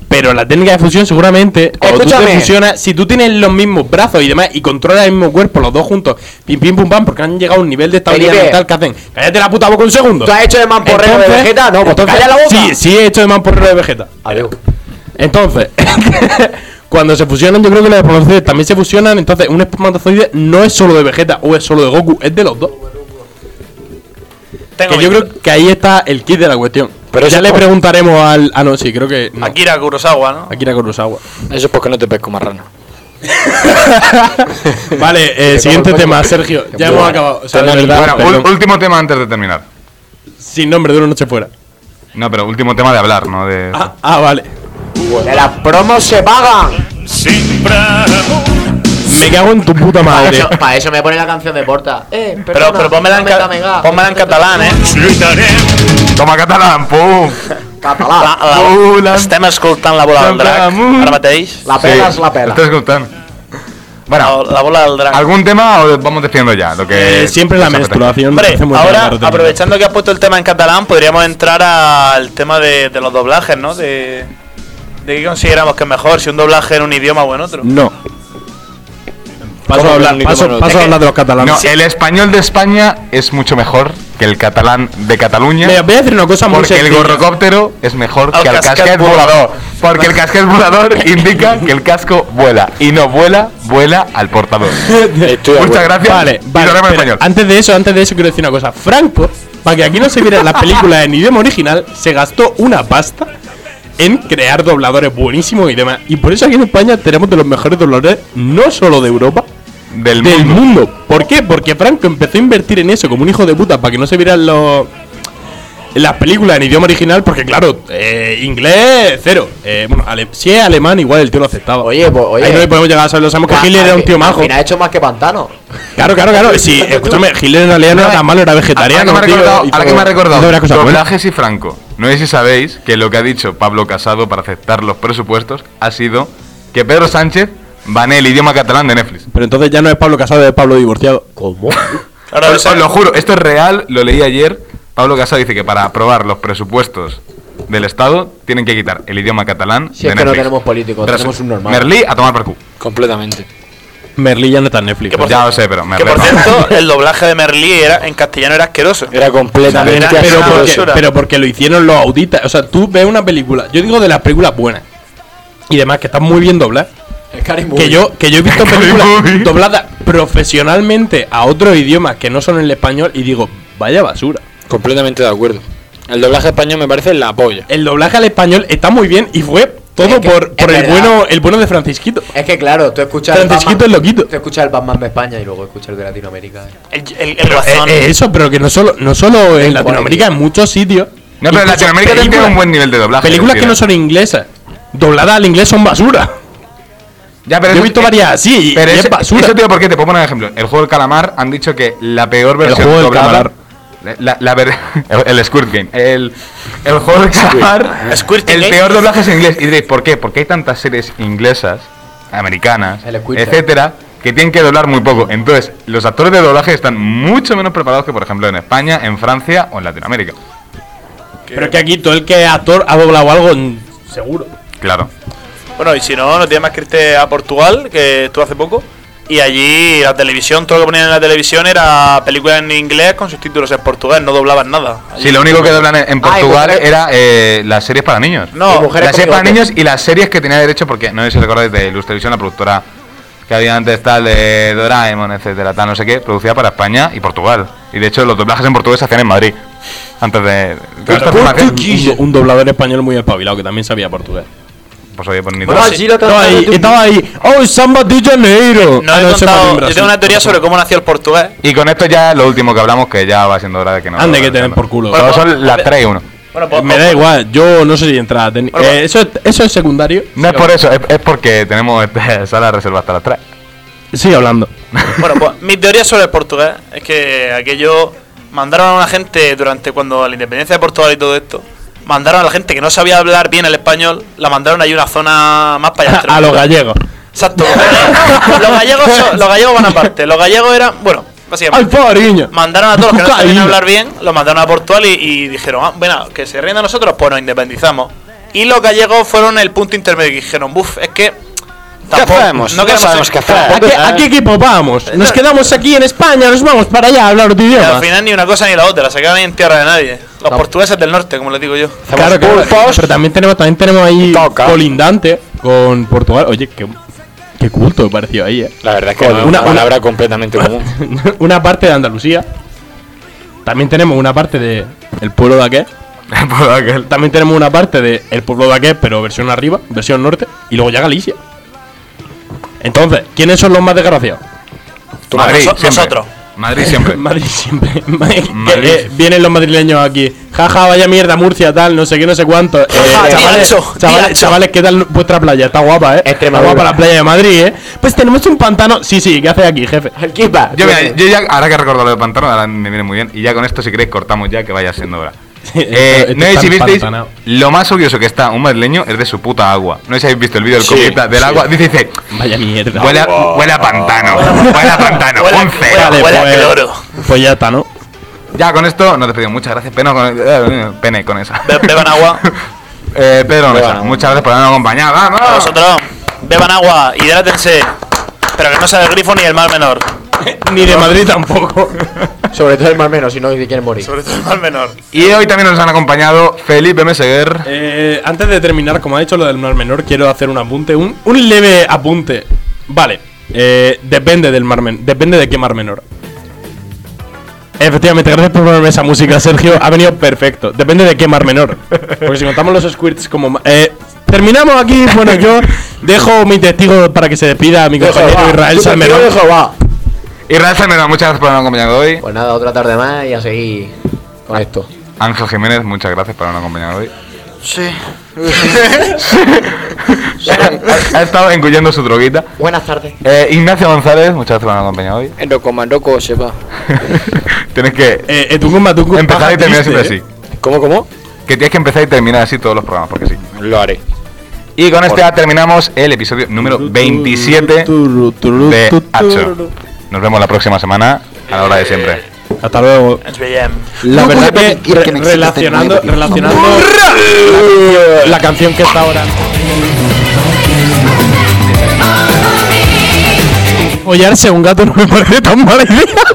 C: Pero la técnica de fusión seguramente, cuando tú te
D: Escúchame.
C: fusionas, si tú tienes los mismos brazos y demás y controlas el mismo cuerpo, los dos juntos, pim pim pum pam, porque han llegado a un nivel de estabilidad
D: Felipe.
C: mental que hacen. Cállate la puta boca un segundo.
D: ¿Tú has hecho de mamporrero de Vegeta? No, pues calla la boca.
C: Sí, sí he hecho de mamporrero de Vegeta.
D: Adiós.
C: Entonces, cuando se fusionan, yo creo que los espermatozoides también se fusionan. Entonces, un espermatozoide no es solo de Vegeta o es solo de Goku, es de los dos.
E: Tengo
C: Que yo
E: miedo.
C: creo que ahí está el kit de la cuestión.
G: Pero
C: Pero ya
G: eso-
C: le preguntaremos al. Ah, no, sí, creo que. no.
E: Akira Kurosawa, ¿no?
C: Akira Kurosawa.
G: Eso es porque no te pesco marrano.
C: Vale, eh, siguiente
D: coño.
C: tema, Sergio. Ya hemos acabado. O sea, de
G: Perdón,
C: verdad,
B: Bueno, ul-
C: perdón.
B: último tema antes de terminar.
C: sin nombre de una noche fuera.
B: No, pero último tema de hablar, ¿no? De...
C: Ah, ah, vale.
D: De las promos se pagan.
C: Me cago en tu puta
D: Para
C: madre.
D: eso, pa' eso me pone la canción de Porta. Eh,
E: Pero, pero pónmela, en, ca- pónmela en catalán, ¿eh?
B: Toma catalán, pum.
D: Catalán.
E: La, la,
B: Hola.
E: estem escoltant la bola del drac
B: Sembla-
E: ara mateix.
D: La pela es la pela.
B: Estás gustando. Bueno,
E: La, la bola del drac.
B: ¿algún tema o vamos despidiendo ya? Lo que
C: Eh, siempre la
B: nos apetezca?
C: menstruación. me
E: Hombre,
C: parece muy
E: ahora,
C: raro también.
E: aprovechando que has puesto el tema en catalán, podríamos entrar al tema de, de los doblajes, ¿no? De, de qué consideramos que es mejor, si un doblaje en un idioma o en otro.
C: No. Paso
G: ¿Cómo
C: a hablar,
G: hablan y cómo
C: paso,
G: no?
C: paso a hablar de los catalanes.
B: No, el español de España es mucho mejor que el catalán de Cataluña.
C: Mira, voy a decir una cosa muy
B: Porque el
C: sencilla.
B: gorrocóptero es mejor
E: Al
B: que el
E: casquet
B: casquet
E: volador.
B: volador. Porque el casquet volador indica que el casco vuela. Y no vuela, vuela al portador.
G: Estoy de
B: Muchas
G: acuerdo.
B: gracias.
C: Vale,
B: Y
C: vale.
B: nos vemos en
C: pero
B: español.
C: Antes de eso, antes de eso quiero decir una cosa. Franco, para que aquí no se vieran las películas en idioma original, se gastó una pasta en crear dobladores buenísimos y demás. Y por eso aquí en España tenemos de los mejores dobladores, no solo de Europa,
B: Del
C: del
B: mundo.
C: mundo. ¿Por qué? Porque Franco empezó a invertir en eso como un hijo de puta para que no se vieran los las películas en idioma original, porque claro, eh, inglés cero. Eh, bueno, ale- si es alemán igual el tío lo aceptaba.
D: Oye, pues, oye.
C: Ahí no le podemos llegar a saber, lo sabemos que Hitler era un tío majo.
D: Mira, ha hecho más que pantano.
C: Claro, claro, claro. Sí, escúchame, Hitler en realidad no era tan malo, era vegetariano.
B: Ahora que me ha
C: tío,
B: recordado,
C: y
B: ahora que
C: todo.
B: me ha recordado,
C: No era cosa buena.
B: doblajes y Franco. No sé si sabéis que lo que ha dicho Pablo Casado para aceptar los presupuestos ha sido que Pedro Sánchez banee el idioma catalán de Netflix.
C: Pero entonces ya no es Pablo casado, es Pablo divorciado. ¿Cómo?
E: Ahora,
B: os,
E: o sea,
B: os lo juro, esto es real, lo leí ayer. Pablo Casado dice que para aprobar los presupuestos del Estado tienen que quitar el idioma catalán.
D: Si es que no tenemos políticos, tenemos un normal.
B: Merlí a tomar por culo.
G: Completamente.
C: Merlí ya no está en Netflix.
B: Ya lo sé, pero
E: que
B: Merlí.
E: por
B: no.
E: cierto, el doblaje de Merlí era, en castellano era asqueroso.
C: Eh.
G: Era completamente.
E: Era-
C: pero,
E: una
C: porque,
E: basura.
C: pero porque lo hicieron los auditas. O sea, tú ves una película. Yo digo de las películas buenas. Y demás, que están muy bien dobladas. Que yo, que yo he visto
B: Scary
C: películas
B: Movie.
C: dobladas profesionalmente a otros idiomas que no son el español. Y digo, vaya basura.
G: Completamente de acuerdo. El doblaje español me parece la polla.
C: El doblaje al español está muy bien. Y fue todo
D: Es que-
C: por,
D: es
C: por el,
D: verdad.
C: bueno, el bueno de Francisquito.
D: Es que claro, tú escuchas. el
C: Francisquito es
D: Batman-
C: loquito.
D: Tú escuchas el Batman de España y luego escuchas el de Latinoamérica.
E: El, el, el razón.
C: Eh, eh, eso, pero que no solo, no solo en
D: En
C: Latinoamérica, en muchos sitios.
B: No, pero en
C: Incluso
B: Latinoamérica también tiene
C: películas-
B: un buen nivel de doblaje.
C: Películas que no
B: es decir, ¿eh?
C: son inglesas, dobladas al inglés son basura.
B: Ya, pero
C: Yo he
B: eso-
C: visto varias así y,
B: Pero
C: y
B: eso,
C: es basura.
B: eso, tío, ¿por qué? Te puedo poner un ejemplo. El juego del calamar han dicho que la peor versión
C: juego del
B: doblada-
C: calamar.
B: La, la ver- el, el Squirt Game. El, el juego del calamar.
E: Squirt
B: el
E: Game.
B: peor doblaje es en inglés. Y diréis, ¿por qué? Porque hay tantas series inglesas, americanas,
D: El Squirt Game.
B: etcétera, que tienen que doblar muy poco. Entonces, los actores de doblaje están mucho menos preparados que, por ejemplo, en España, en Francia o en Latinoamérica.
C: Pero es que aquí todo el que es actor ha doblado algo mm, seguro.
B: Claro.
E: Bueno, y si no, no tienes más que irte a Portugal, que estuve hace poco. Y allí la televisión, todo lo que ponían en la televisión era películas en inglés con subtítulos en portugués, no doblaban nada.
B: Sí, lo único que doblan en en
D: Ah, y
B: Portugal
D: mujeres-
B: era eh, las series para niños.
E: No,
D: Y mujeres
B: las series
D: con
B: para
D: bigote.
B: niños y las series que tenía derecho, porque no sé si recordáis de Luz Televisión, la productora que había antes tal de Doraemon, etcétera, tal, no sé qué, producida para España y Portugal. Y de hecho, los doblajes en portugués se hacían en Madrid. Antes de. toda esta formación-
C: Un, un doblador español muy espabilado que también sabía portugués.
B: Pues oye, pues ni
D: Bueno,
B: todo.
D: sí lo
C: Estaba ahí, estaba ahí. ¡Oh, Samba de Janeiro!
E: No
C: Ah,
E: he
C: ese
E: contado-
C: Martín
E: yo
C: Brasil.
E: tengo una teoría sobre cómo nació el portugués.
B: Y con esto ya lo último que hablamos, que ya va siendo hora de que no.
C: Ande que te den por culo.
B: Pero son las 3 y 1.
E: Bueno, pues,
C: Eh, Me da igual, yo no sé si entraba técnica.
E: Bueno,
C: eh, eso, es- eso es secundario.
B: No es por eso, es, es porque tenemos este, sala reservada hasta las 3.
C: Sigue hablando.
E: Bueno, pues mi teoría sobre el portugués es que aquello mandaron a una gente durante cuando la independencia de Portugal y todo esto, mandaron a la gente que no sabía hablar bien el español, la mandaron ahí a una zona más para allá.
C: A los gallegos.
E: Exacto. los, gallegos son- los gallegos van aparte. Los gallegos eran, bueno,
C: ¡Al
E: básicamente.
C: padriño!
E: Mandaron a todos los que no sabían
C: Cocaína.
E: hablar bien, los mandaron a Portugal y, y dijeron, ah, bueno, que se ríen de nosotros, pues nos independizamos. Y los gallegos fueron el punto intermedio y dijeron, buf, es que.
G: hacemos?
E: No
G: No
E: queremos
G: sabemos
E: ser-
G: qué hacer.
C: ¿A qué, a qué equipo vamos? ¿Nos quedamos aquí en España? ¿Nos vamos para allá a hablar otro
E: Y
C: idioma?
E: al final ni una cosa ni la otra, se quedan ahí en tierra de nadie. Los portugueses del norte, como les digo yo.
C: Claro, claro, pero también tenemos, también tenemos ahí
G: Toca.
C: colindante con Portugal. Oye, qué, qué culto me pareció ahí, eh.
G: La verdad es que
C: Con
G: no es
C: una-
G: una,
C: una-
G: palabra completamente común.
C: una parte de Andalucía. También tenemos una parte de el pueblo de aquel.
B: Por aquel.
C: También tenemos una parte de el pueblo de aquel, pero versión arriba, versión norte. Y luego ya Galicia. Entonces, ¿quiénes son los más desgraciados?
E: Tú,
B: Madrid,
E: noso-
B: siempre.
E: nosotros.
B: Madrid siempre.
C: Madrid siempre. Madrid-
B: Madrid.
C: que, eh, vienen los madrileños aquí. Jaja, vaya mierda, Murcia, tal, no sé qué, no sé cuánto. Eh,
E: Jaja,
C: chavales,
E: tira eso,
C: chavales,
E: tira eso.
C: chavales, ¿qué tal vuestra playa? Está guapa, ¿eh? Está
D: Extremadura.
C: guapa la playa de Madrid, ¿eh? Pues tenemos un pantano. Sí, sí, ¿qué haces aquí, jefe?
D: El Kipa.
B: Yo, mira, yo ya, ahora que he recordado lo de Pantano, ahora me viene muy bien. Y ya con esto, si queréis, cortamos ya que vaya siendo hora. Eh, no
C: Esto
B: sé
C: Este está
B: si visteis
C: empantanado.
B: lo más odioso que está un madrileño es de su puta agua. No sé si habéis visto el vídeo del
G: Sí,
B: copista del
G: sí.
B: agua. Dice, dice,
C: Vaya mierda.
B: huele a, huele a pantano, huele a pantano,
E: Huele a-
B: un
E: huele a-
B: cero.
E: huele a
C: pues,
E: cloro.
C: pues ya está, ¿no?
B: Ya con esto nos despedimos. Muchas gracias, Peno, con, eh, Pene, con esa.
E: Be- beban agua.
B: Eh, Pedro Mesa,
G: agua.
B: muchas gracias por habernos acompañado. ¡Vamos!
E: A vosotros, beban agua, hidrátense. Pero que no sea el grifo ni el mal menor.
B: Eh,
C: Ni de Madrid tampoco.
D: Sobre todo el más menos, si no si quieren morir.
E: Sobre todo el mal menor.
B: Y hoy también nos han acompañado Felipe Meseguer.
C: Eh, antes de terminar, como ha dicho lo del mar menor, quiero hacer un apunte, un, un leve apunte. Vale, eh, depende del mar menor, depende de qué mar menor. Efectivamente, gracias por ponerme esa música, Sergio. Ha venido perfecto. Depende de qué mar menor. Porque si contamos los squirts como. ma- eh, terminamos aquí. Bueno, yo dejo mi testigo para que se despida a mi compañero Israel Salmerón.
D: va.
B: Israel Salmerón, muchas gracias por habernos acompañado hoy.
D: Pues nada, otra tarde más y a seguir
G: Ah.
D: con esto.
B: Ángel Jiménez, muchas gracias por habernos acompañado hoy.
F: Sí.
B: Ha estado engullendo su droguita.
D: Buenas tardes.
B: Eh, Ignacio González, muchas gracias por habernos acompañado hoy.
G: En Roco Manroco se va.
B: Tienes que
C: Eh, Etungum, Matungum,
B: empezar
C: paja
B: y terminar siempre
C: triste,
B: así.
C: eh.
G: ¿Cómo, cómo?
B: Que tienes que empezar y terminar así todos los programas, porque sí.
G: Lo haré.
B: Y con este ya terminamos el episodio número 27 de Hacho. Nos vemos la próxima semana a la hora de siempre.
C: ¿eh? Hasta luego.
E: Ens veiem.
C: La
F: No
C: verdad
F: puedes
C: que,
F: permitir que
C: re-
F: no exista
C: relacionando,
F: este nuevo tipo.
C: relacionando la, la canción que está ahora. Follarse a un gato no me parece tan mala idea.